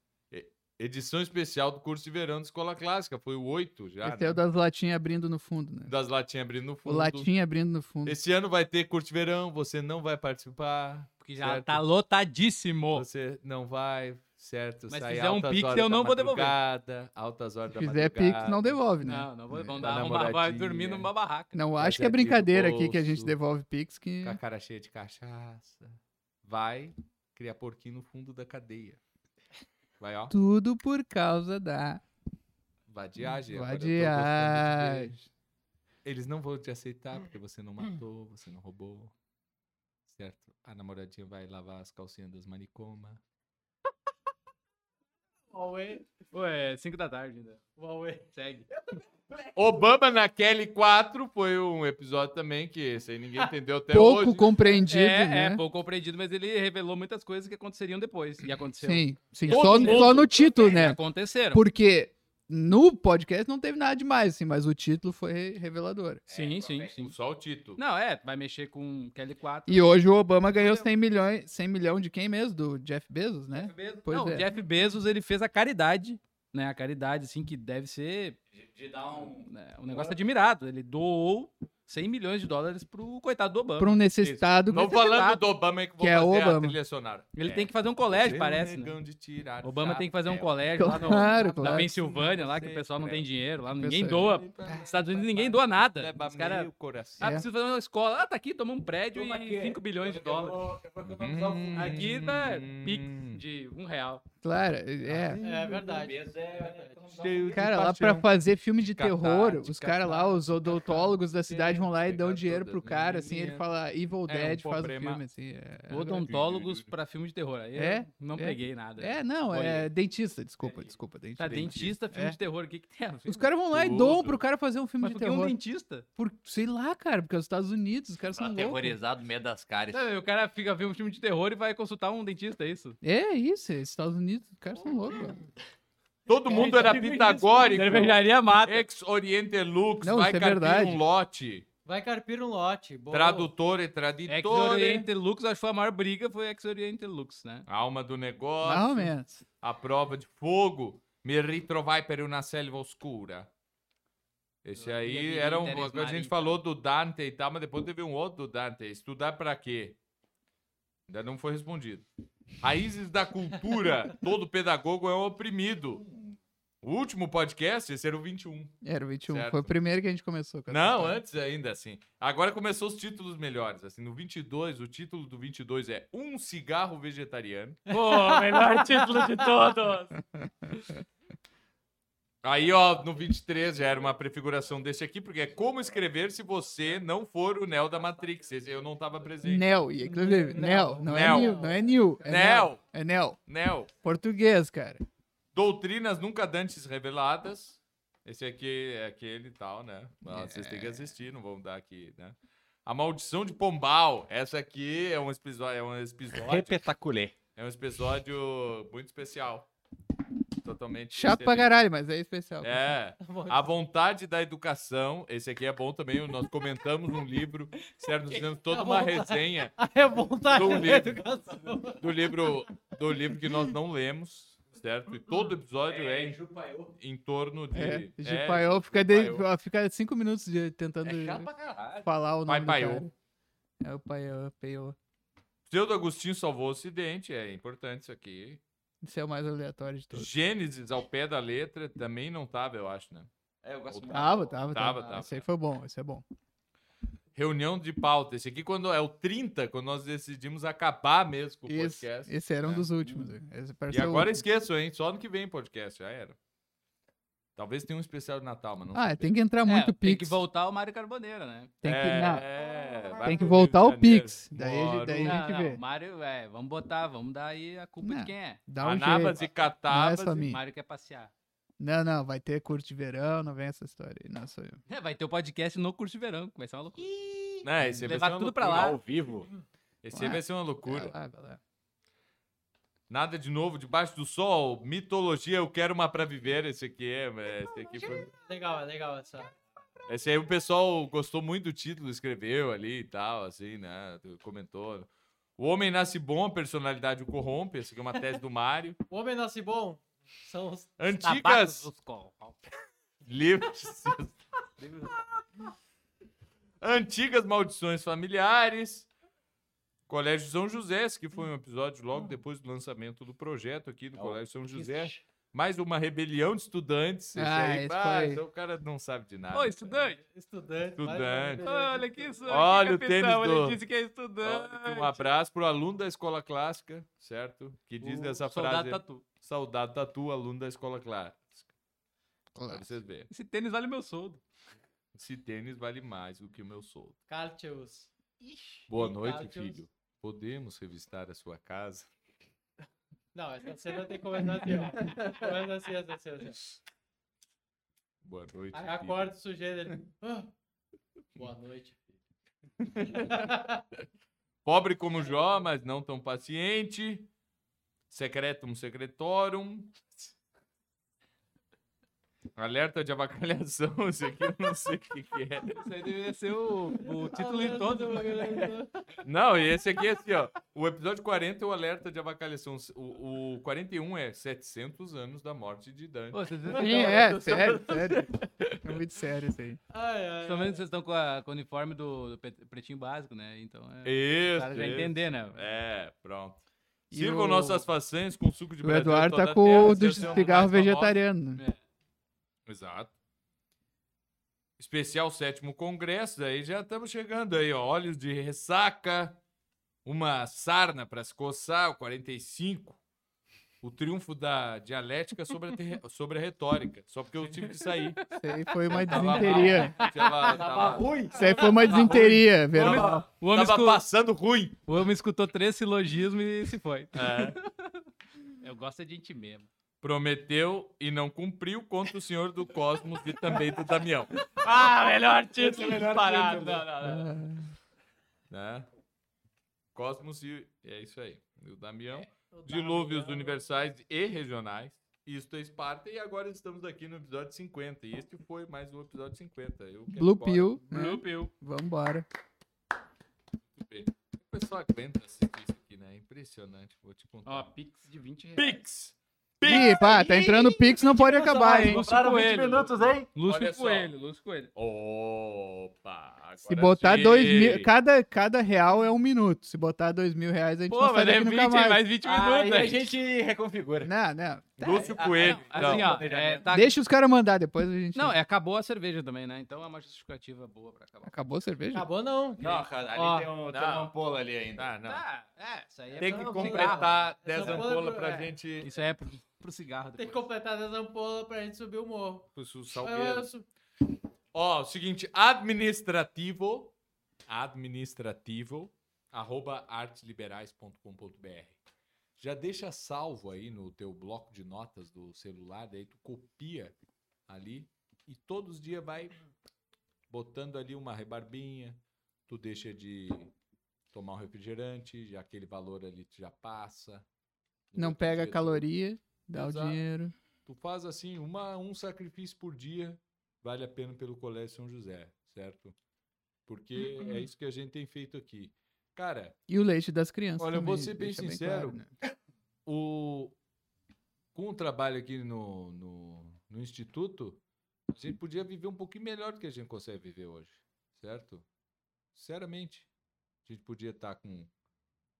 Edição especial do curso de verão de escola clássica. Foi o 8 já.
Esse é
né?
o das latinhas abrindo no fundo, né?
Das latinhas abrindo no
O
fundo.
latinha abrindo no fundo.
Esse ano vai ter curso de verão, você não vai participar.
Porque já
Certo.
tá lotadíssimo.
Você não vai, certo?
Mas se
Sai
fizer um
altas
pix,
horas
eu
da
não vou devolver.
madrugada, Altas horas
Se
da
fizer
é madrugada.
pix, não devolve, né?
Não, não vou, vão
É,
dar
a
uma, vai
namoradinha.
dormir numa barraca.
Não
Mas
acho que
é
é brincadeira
aqui do
aqui que a gente
bolso.
devolve Pix, que.
Com a cara cheia de cachaça. Vai criar porquinho no fundo da cadeia. Vai, ó.
Tudo por causa da.
Vadiagem. agora eu tô
Vadiagem.
gostando de ver. Eles não vão te aceitar porque você não matou, você não roubou. Certo? A namoradinha vai lavar as calcinhas das manicomas.
Huawei,
Ué, 5 da tarde ainda. É,
Huawei.
Segue.
Obama na Kelly 4 foi um episódio também que esse aí ninguém entendeu até
Ah, Pouco
hoje.
compreendido,
é,
né?
é, pouco compreendido, mas ele revelou muitas coisas que aconteceriam depois. E aconteceu.
Sim, sim.
Todo
Só,
mundo- É,
só no título, né?
Aconteceram.
Porque no podcast não teve nada demais, assim, mas o título foi revelador.
Sim, sim, sim.
Só o título.
é Não, é, vai mexer com Kelly 4.
E hoje o Obama ganhou 100 milhões, 100 milhão de quem mesmo? Do Jeff Bezos, né? Pois
Não,
é.
o Jeff Bezos, ele fez a caridade, né? A caridade, assim, que deve ser
De dar um.
né, um negócio admirado. Ele doou 100 milhões de dólares pro coitado do Obama.
Para um necessitado.
Não falando do Obama é que vou
Que é
fazer a
Obama.
trilha sonora.
Ele
É.
tem que fazer um colégio,
Você é um
parece, né?
negão de tirar
Obama tem que fazer um
chapéu.
é.
colégio lá no,
Claro,
na
claro.
Pensilvânia, lá que o pessoal não
Sempre,
tem
é.
dinheiro, lá ninguém
Pessoal,
doa. Nos Estados Unidos ninguém doa nada.
Leva
Os caras.
meio coração.
Ah,
É.
preciso fazer uma escola. Ah, tá aqui, toma um prédio
Toma
e
aqui.
5 bilhões de dólares.
um
Hum. Aqui, né, pix de um real.
Claro, é.
É verdade.
Cara, lá pra fazer filme de
De catar,
terror,
de
os caras lá,
catar,
os odontólogos da cidade vão lá e
pegar
dão dinheiro
todas
pro
as
cara, assim, ele
menininhas.
fala Evil
É, um
Dead, faz o
problema.
filme, assim. É,
Odontólogos pra filme de terror. Aí eu
É,
Não
é.
peguei nada.
É, não, é
Olha.
dentista,
É.
desculpa, desculpa,
Tá,
dentista.
dentista, filme
É.
de terror, o que que tem a ver?
Os caras vão lá e doam
Tudo.
pro cara fazer um filme
Mas
de
por que um
terror.
dentista?
Por, sei lá, cara, porque é os Estados Unidos, os caras
Ah,
são loucos.
Aterrorizado, medo das caras.
Sabe, o cara fica vendo um filme de terror e vai consultar um dentista, é isso?
É isso, é Estados Unidos, os caras são loucos. mano.
É,
Todo mundo era
né?
pitagórico.
Cervejaria mata.
Ex Oriente Lux,
Não,
vai
isso é
carpir
verdade.
um lote.
Vai carpir um lote. boa.
Tradutor e traditore.
Ex-Oriente Lux, acho que foi a maior briga, foi Ex-Oriente Lux, né?
Alma do negócio.
Mais ou menos.
A prova de fogo. Me ritrovai per una selva oscura. Esse
Eu
aí
vi
era um.
Interes
A gente
Marita.
falou do Dante e tal, mas depois teve um outro do Dante. Estudar pra quê? Ainda não foi respondido. Raízes da cultura. Todo pedagogo é um oprimido. O último podcast, esse era o 21.
Era o 21,
Certo.
foi o primeiro que a gente começou. com essa
Não,
história.
antes ainda assim. Agora começou os títulos melhores. Assim, no 22, o título do 22 é Um Cigarro Vegetariano.
Pô, melhor título de todos!
Aí, ó, no 23 já era uma prefiguração desse aqui, porque é como escrever se você não for o Neo da Matrix. Esse eu não tava presente.
Neo, e inclusive, Neo, não é
Neo.
New, não é New. É
Neo.
Neo. É Neo.
Neo.
Português, cara.
Doutrinas nunca dantes reveladas. Esse aqui é aquele e tal, né? Mas Vocês têm que assistir, não vão dar aqui, né? A Maldição de Pombal. Essa aqui é um episódio. É um episódio
Repetaculê.
É um episódio muito especial. Totalmente.
Chato pra
excelente.
caralho, mas é especial.
É. A vontade da educação. Esse aqui é bom também. Nós comentamos um livro. Certo? Nós fizemos toda uma resenha
A revoltada
Dou um
da
livro.
educação.
do livro, do livro que nós não lemos. Certo? E todo episódio é, em, em torno de.
É,
é,
de Paiol fica, de,
Paiol.
fica cinco minutos de- tentando
É chato pra caralho.
falar o nome
Pai
do
Paiol.
cara. É o Paiol, Paiol.
Pseudo Agostinho salvou o Ocidente. É importante isso aqui.
Esse é o mais aleatório de todos.
Gênesis ao pé da letra também não tava, eu acho, né?
É, eu gosto muito.
Tava, tava,
Tava,
tava.
tava.
Esse aí foi bom, esse é bom.
Reunião de pauta. Esse aqui quando é o 30, quando nós decidimos acabar mesmo com o
Esse,
podcast.
esse era um
né?
dos últimos. Esse
E
pareceu
agora
o-
esqueçam, hein? Só ano que vem podcast, já era. Talvez tenha um especial de Natal, mas não
Ah,
sei.
tem que entrar muito
é, Tem que
Pix.
voltar o Mário Carboneira, né?
Tem que, não,
É, vai
tem que
pro
voltar
Rio
o
de Janeiro.
Pix. Daí, a gente-
Moro.
daí a
Não,
gente
não,
vê.
Mário, é, vamos botar, vamos dar aí a culpa
Não.
de quem é.
Dá um
Anabas
jeito.
e Catabas.
Não é só mim.
Mário quer passear.
Não, não, vai ter curso de verão, não vem essa história aí. Não sou eu.
É, vai ter o podcast no curso de verão, que vai ser uma loucura.
né? Esse aí vai
Levar
ser uma
tudo pra
loucura.
lá.
Ao vivo.
Esse aí vai ser uma loucura.
Vai lá, vai lá.
Nada de novo debaixo do sol. Mitologia, eu quero uma pra viver. Esse aqui é. é, Esse, aqui foi...
Legal, é legal essa.
esse aí o pessoal gostou muito do título, escreveu ali e tal, assim, né? Comentou. O homem nasce bom, a personalidade o corrompe. Essa aqui é uma tese do Mário.
O homem nasce bom. São os...
Antigas.
Dos col- col-
Livros. Antigas maldições familiares. Colégio São José, esse que foi um episódio logo depois do lançamento do projeto aqui
Oh,
do Colégio São José. Mais uma rebelião de estudantes. Esse
Ah,
aí,
esse
pá,
foi-
então o cara não sabe de nada.
Ô, estudante!
Estudante.
Estudante.
Olha
que isso
Olha o tênis do-
Ele disse que é estudante.
Olha, Um abraço pro aluno da escola clássica, certo? Que diz
O
dessa
soldado tá
frase.
tatu.
Saudade tatu, aluno da escola clássica. Pra
Claro.
vocês verem.
Esse tênis vale meu soldo.
Esse tênis vale mais do que o meu soldo.
Cartius.
Boa
E
noite,
Cartius.
filho. Podemos revistar a sua casa?
Não, essa cena tem que começar assim, ó. Começa assim, essa cena.
Boa noite,
Aí
filho.
acorda o sujeito ele. "Ah, Boa noite.
Pobre como Jó, mas não tão paciente. Secretum secretorum. Alerta de avacalhação. Isso aqui eu não sei o que, que é.
Isso aí deveria ser o, o título
Ah,
em todo.
meu Deus.
Não, e esse aqui é assim, ó. O episódio 40 é o alerta de avacalhação. O, o 41 é 700 anos da morte de Dante.
Ô, vocês
Sim, é, sério, sério. É muito sério isso aí.
Ai, ai,
Pelo menos
ai.
vocês estão com, a- com o uniforme do, do pet- pretinho básico, né? Então é.
Isso,
O cara já
isso.
entender, né?
É, pronto.
E
Sirvam
o-
nossas façanhas com suco de
O
Brasil é
Eduardo
toda
tá
a
com
terra,
o do
seu Leonardo
cigarro
Barbosa.
vegetariano. né?
Exato. Especial sétimo congresso, aí já estamos chegando aí, ó. Olhos de ressaca, uma sarna para se coçar, o 45. O triunfo da dialética sobre a, terre- sobre a retórica. Só porque eu tive que sair.
Isso aí foi uma
Tava mal.
desinteria.
Tava, tava,
Isso aí foi uma desinteria, Verão.
tava,
O homem,
tava
escu-
passando ruim.
o homem escutou três silogismos e se foi.
É.
Eu gosto é de gente mesmo.
Prometeu e não cumpriu contra o senhor do Cosmos e também do Damião.
Ah, melhor título disparado. Não,
Ah,
não, não.
Né? Cosmos e. É isso aí. E o Damião.
É,
dilúvios universais e regionais. Isto é Esparta, e agora estamos aqui no episódio 50. E este foi mais um episódio 50. Eu quero
Blue
ir embora.
Pill, né?
Blue Pill.
Vambora.
O pessoal aguenta assistir isso aqui, né? É impressionante, vou te contar.
Ó, Pix de 20 reais.
Pix!
Ih, pá, tá entrando o Pix, não pode acabar, hein?
Lúcio Coelho.
hein?
Lúcio
Olha só.
Coelho, Lúcio Coelho.
Opa! Agora
Se botar dois
sim.
mil. Cada, cada real é um minuto. Se botar dois mil reais, a gente
Pô,
não sai
mas é
daqui
20,
nunca mais.
mais 20
Aí
minutos. né?
a
aí.
gente reconfigura.
Não, não.
Lúcio Coelho. então.
Assim, ó, é, tá-
Deixa os caras mandar, depois a gente.
Não, é, acabou a cerveja também, né? Então é uma justificativa boa pra acabar.
Acabou a cerveja?
Acabou não.
Não, ali
Ó,
tem, um, tem
não.
uma ampola ali ainda.
Ah, não.
Tá, é, isso aí é
Tem
pra-
que
pro
completar 10
Essa
ampolas
bola-
pra
é.
gente.
Isso aí é pro, pro cigarro
Tem que
depois.
completar as ampolas pra gente subir o morro.
pro
Ah,
salgueiro.
eu su-
Ó, o seguinte, administrativo, administrativo, arroba artesliberais.com.br. Já deixa salvo aí no teu bloco de notas do celular, daí tu copia ali e todos os dias vai botando ali uma rebarbinha, tu deixa de tomar um refrigerante, já aquele valor ali tu já passa. No
Não
outro
pega
dia tu-
caloria, dá
Exato.
o dinheiro.
Tu faz assim, uma, um sacrifício por dia vale a pena pelo Colégio São José, certo? Porque é isso que a gente tem feito aqui. Cara,
E o leite das crianças.
Olha, eu vou
também,
ser bem
deixa
sincero.
claro, né?
o... com o trabalho aqui no, no, no Instituto, a gente podia viver um pouquinho melhor do que a gente consegue viver hoje, certo? Sinceramente, a gente podia estar com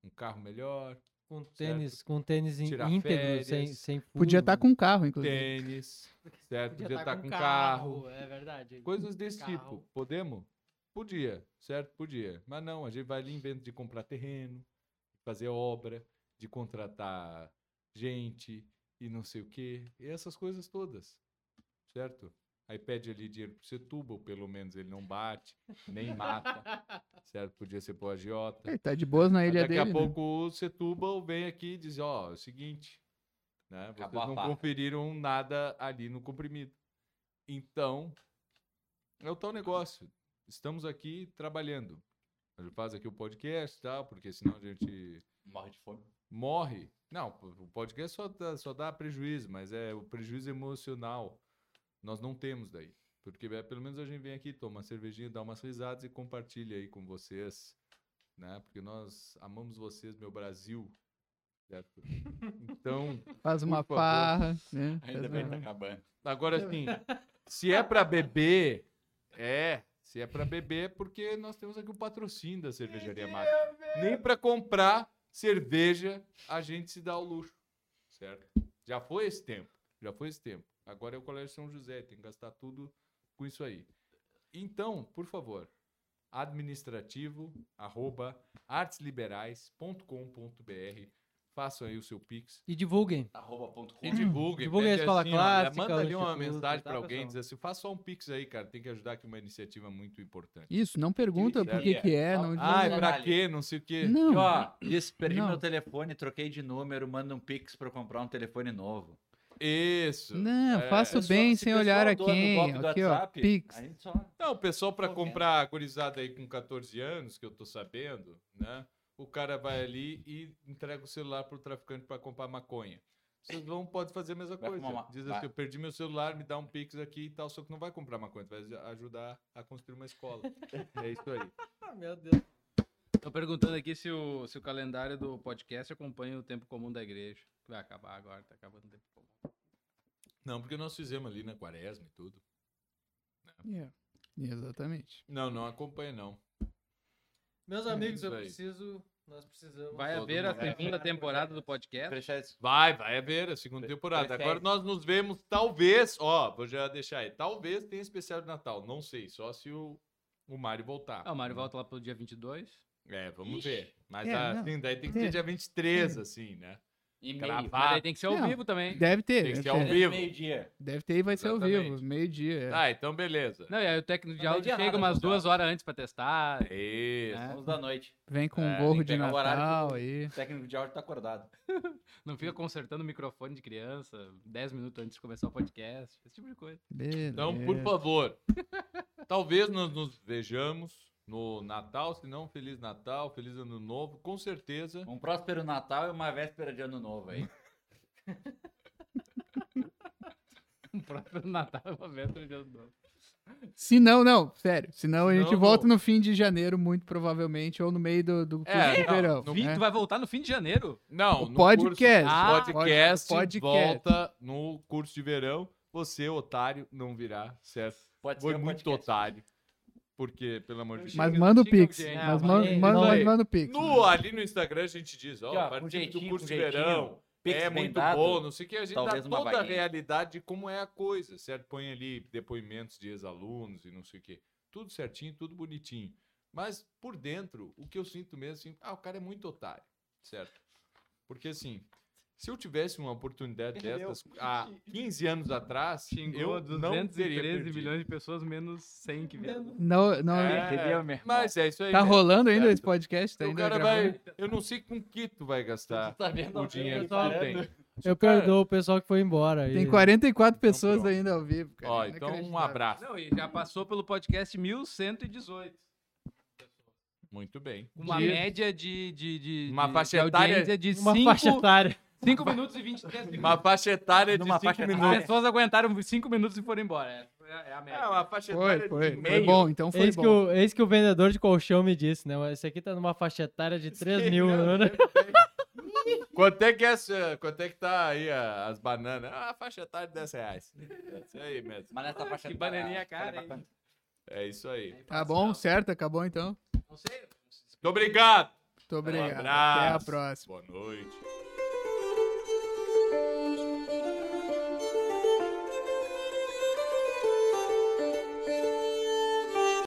um carro melhor,
Com
Certo.
tênis, com tênis in-
Tirar
íntegro,
férias.
sem, sem furo.
Podia estar com um carro, inclusive.
tênis, certo? Podia estar com um carro.
tá É verdade.
Coisas desse
Carro.
tipo. Podemos? Podia, certo? Podia. Mas não, a gente vai ali em vez de comprar terreno, fazer obra, de contratar gente e não sei o quê. E essas coisas todas. Certo? Aí pede ali dinheiro pro Setúbal, pelo menos ele não bate, nem mata. certo? Podia ser pro agiota.
Ele tá de boas na
Mas
ilha
daqui
dele.
a
né?
pouco o Setúbal vem aqui e diz, ó, é o seguinte, né, vocês
Acabou a
não
farra.
conferiram nada ali no comprimido. Então, é o tal negócio. Estamos aqui trabalhando. Ele faz aqui o podcast e tal, porque senão a gente
Morre de fome.
morre. Não, o podcast só dá, só dá prejuízo, mas é o prejuízo emocional. Nós não temos daí. Porque é, pelo menos a gente vem aqui, toma uma cervejinha, dá umas risadas e compartilha aí com vocês. Né? Porque nós amamos vocês, meu Brasil. Certo? Então,
Faz uma
favor.
farra, né?
Ainda
Faz
bem que
uma-
tá acabando.
agora assim, se é pra beber, é. Se é pra beber, é porque nós temos aqui o patrocínio da cervejaria Mata. Nem pra comprar cerveja a gente se dá o luxo, certo? Já foi esse tempo, já foi esse tempo. Agora é o Colégio São José, tem que gastar tudo com isso aí. Então, por favor, administrativo, arroba, artesliberais.com.br. Façam aí o seu Pix.
E divulguem.
Arroba.com.
E divulguem.
Divulguem Uhum. a
pede
Escola
ó,
Clássica,
Manda
o
ali uma
Instituto,
mensagem
tá,
pra alguém,
pessoal?
diz assim, faça só um Pix aí, cara. Tem que ajudar aqui uma iniciativa muito importante.
Isso, não pergunta
Isso,
por que
é.
que é,
Ah,
não diz
Ah, é
nada.
pra quê? Não sei o quê.
Não.
Ó, disse, perdi
Não.
meu telefone, troquei de número, manda um pix pra eu comprar um telefone novo.
Isso.
Não,
É.
faça o
Pessoal-
bem
esse
sem
pessoal
olhar a
dono do golpe
quem.
do
Aqui, ó,
WhatsApp,
Pix.
a gente só-
Não, o pessoal pra
Tô
comprar a gurizada aí com 14 anos, que eu tô sabendo, né? O cara vai ali e entrega o celular pro traficante pra comprar maconha. Vocês vão, pode fazer a mesma
Vai
coisa.
fumar uma-
Diz
vai.
assim, eu perdi meu celular, me dá um pix aqui e tal, só que não vai comprar maconha, tu vai ajudar a construir uma escola. é isso aí.
Ah, meu Deus.
Tô perguntando aqui se o, se o calendário do podcast acompanha o tempo comum da igreja. Vai acabar agora, tá acabando o tempo comum.
Não, porque nós fizemos ali na quaresma e tudo.
Yeah, É, Exatamente.
Não, não acompanha não.
Meus amigos,
isso
eu
aí.
preciso. Nós precisamos.
Vai
Todo
haver a
mundo vai
segunda temporada do podcast.
Fechar esse-
Vai, vai haver a segunda
Pre-
temporada.
prefere.
Agora nós nos vemos, talvez, ó, vou já deixar aí, talvez tenha especial de Natal, não sei, só se o, o Mário voltar.
Ah, o Mário volta lá pelo dia 22.
É, vamos ver. Mas
É, não.
assim, daí tem que ser
É.
dia 23, assim, né?
E-mail.
Gravar.
Mas aí tem que ser ao
Não.
vivo também.
Deve
Tem
ter.
que
Deve
ser
É.
ao
ter,
vivo.
Meio-dia.
deve ter e vai ser ao
Exatamente.
vivo, meio-dia. é.
Ah, então beleza.
Não, e aí o técnico Tá de
Não,
áudio
dia
chega
nada,
umas
pessoal.
duas horas antes pra testar.
Isso.
É.
11 da noite.
Vem com um
É,
gorro
tem que
de
pegar o horário
Natal
do-
aí.
O técnico de áudio tá acordado.
Não fica consertando o microfone de criança 10 minutos antes de começar o podcast. Esse tipo de coisa.
Então,
Beleza.
por favor, talvez nós nos vejamos no Natal, se não, Feliz Natal, Feliz Ano Novo, com certeza.
Um próspero Natal e uma véspera de Ano Novo aí.
O próprio Natal é uma véspera de ano novo.
Se não, não, sério. Se não, a
Se
gente
não,
volta
não.
no fim de janeiro, muito provavelmente, ou no meio do, do
É,
curso de
não,
verão.
no
Vim,
né?
tu vai voltar no fim de janeiro.
Não,
O
no
podcast.
curso-
Ah,
o podcast,
pod- podcast.
volta no curso de verão. Você, otário, não virá, certo?
Pode
Foi
ser um
muito
podcast.
otário. Porque, pelo amor de Deus.
Mas né?
Chega-
manda o
chega
Pix.
alguém.
Mas
Ah,
man-
mas-
manda,
não,
mas
é.
manda o Pix.
No, ali no Instagram a gente diz, ó,
Aqui, ó,
a
com
partir do
jeitinho,
curso
com
de
jeitinho,
verão,
Pix
é
bem
muito
dado.
bom, não sei o que. A gente
Talvez
dá
uma
toda a
vaguinha.
realidade de como é a coisa, certo? Põe ali depoimentos de ex-alunos e não sei o que. Tudo certinho, tudo bonitinho. Mas por dentro, o que eu sinto mesmo assim, ah, o cara é muito otário, certo? Porque assim, se eu tivesse uma oportunidade dessas há 15 anos atrás,
Xingou
eu não teria
213
perdido.
milhões de pessoas, menos 100 que vieram.
Não, não,
É,
Entendeu, meu irmão?
Mas é isso aí.
tá
né?
rolando ainda
Certo.
esse podcast? Tá
o
ainda
cara
gravando?
vai. Eu não sei com que tu vai gastar
Tu tá vendo
o
alguém
dinheiro que tu
parando?
tem.
Eu
Cara,
perdoo o pessoal que foi embora. aí.
Tem 44 pessoas
Então pronto.
ainda ao vivo, cara.
Ó, então um
Inacreditável.
abraço.
Não, e já passou pelo podcast 1118.
Muito bem.
Uma
De-
média de, de, de,
Uma
de,
faixa
de
etária-
audiência de
Uma
5
faixa etária.
minutos e 23 segundos.
Uma faixa etária de
Numa
5
faixa
minutos.
As pessoas aguentaram 5 minutos e foram embora. É, é a
É,
média.
uma faixa
Foi,
etária de
foi. Foi
meio.
bom, então foi
Eis É que,
bom.
o, eis que o vendedor de colchão me disse, né? Esse aqui tá numa faixa etária de 3 mil,
Não,
né?
tem- Quanto é que é, essa- quanto é que tá aí a- as bananas? Ah, a faixa etária de 10 reais. É isso aí mesmo.
Mas nessa faixa
Que
etária,
bananinha cara,
cara,
hein?
bacana.
É isso aí.
Tá bom, certo? Acabou então.
Não sei.
Muito obrigado.
Muito obrigado.
É
Até a
um abraço.
próxima.
Boa noite.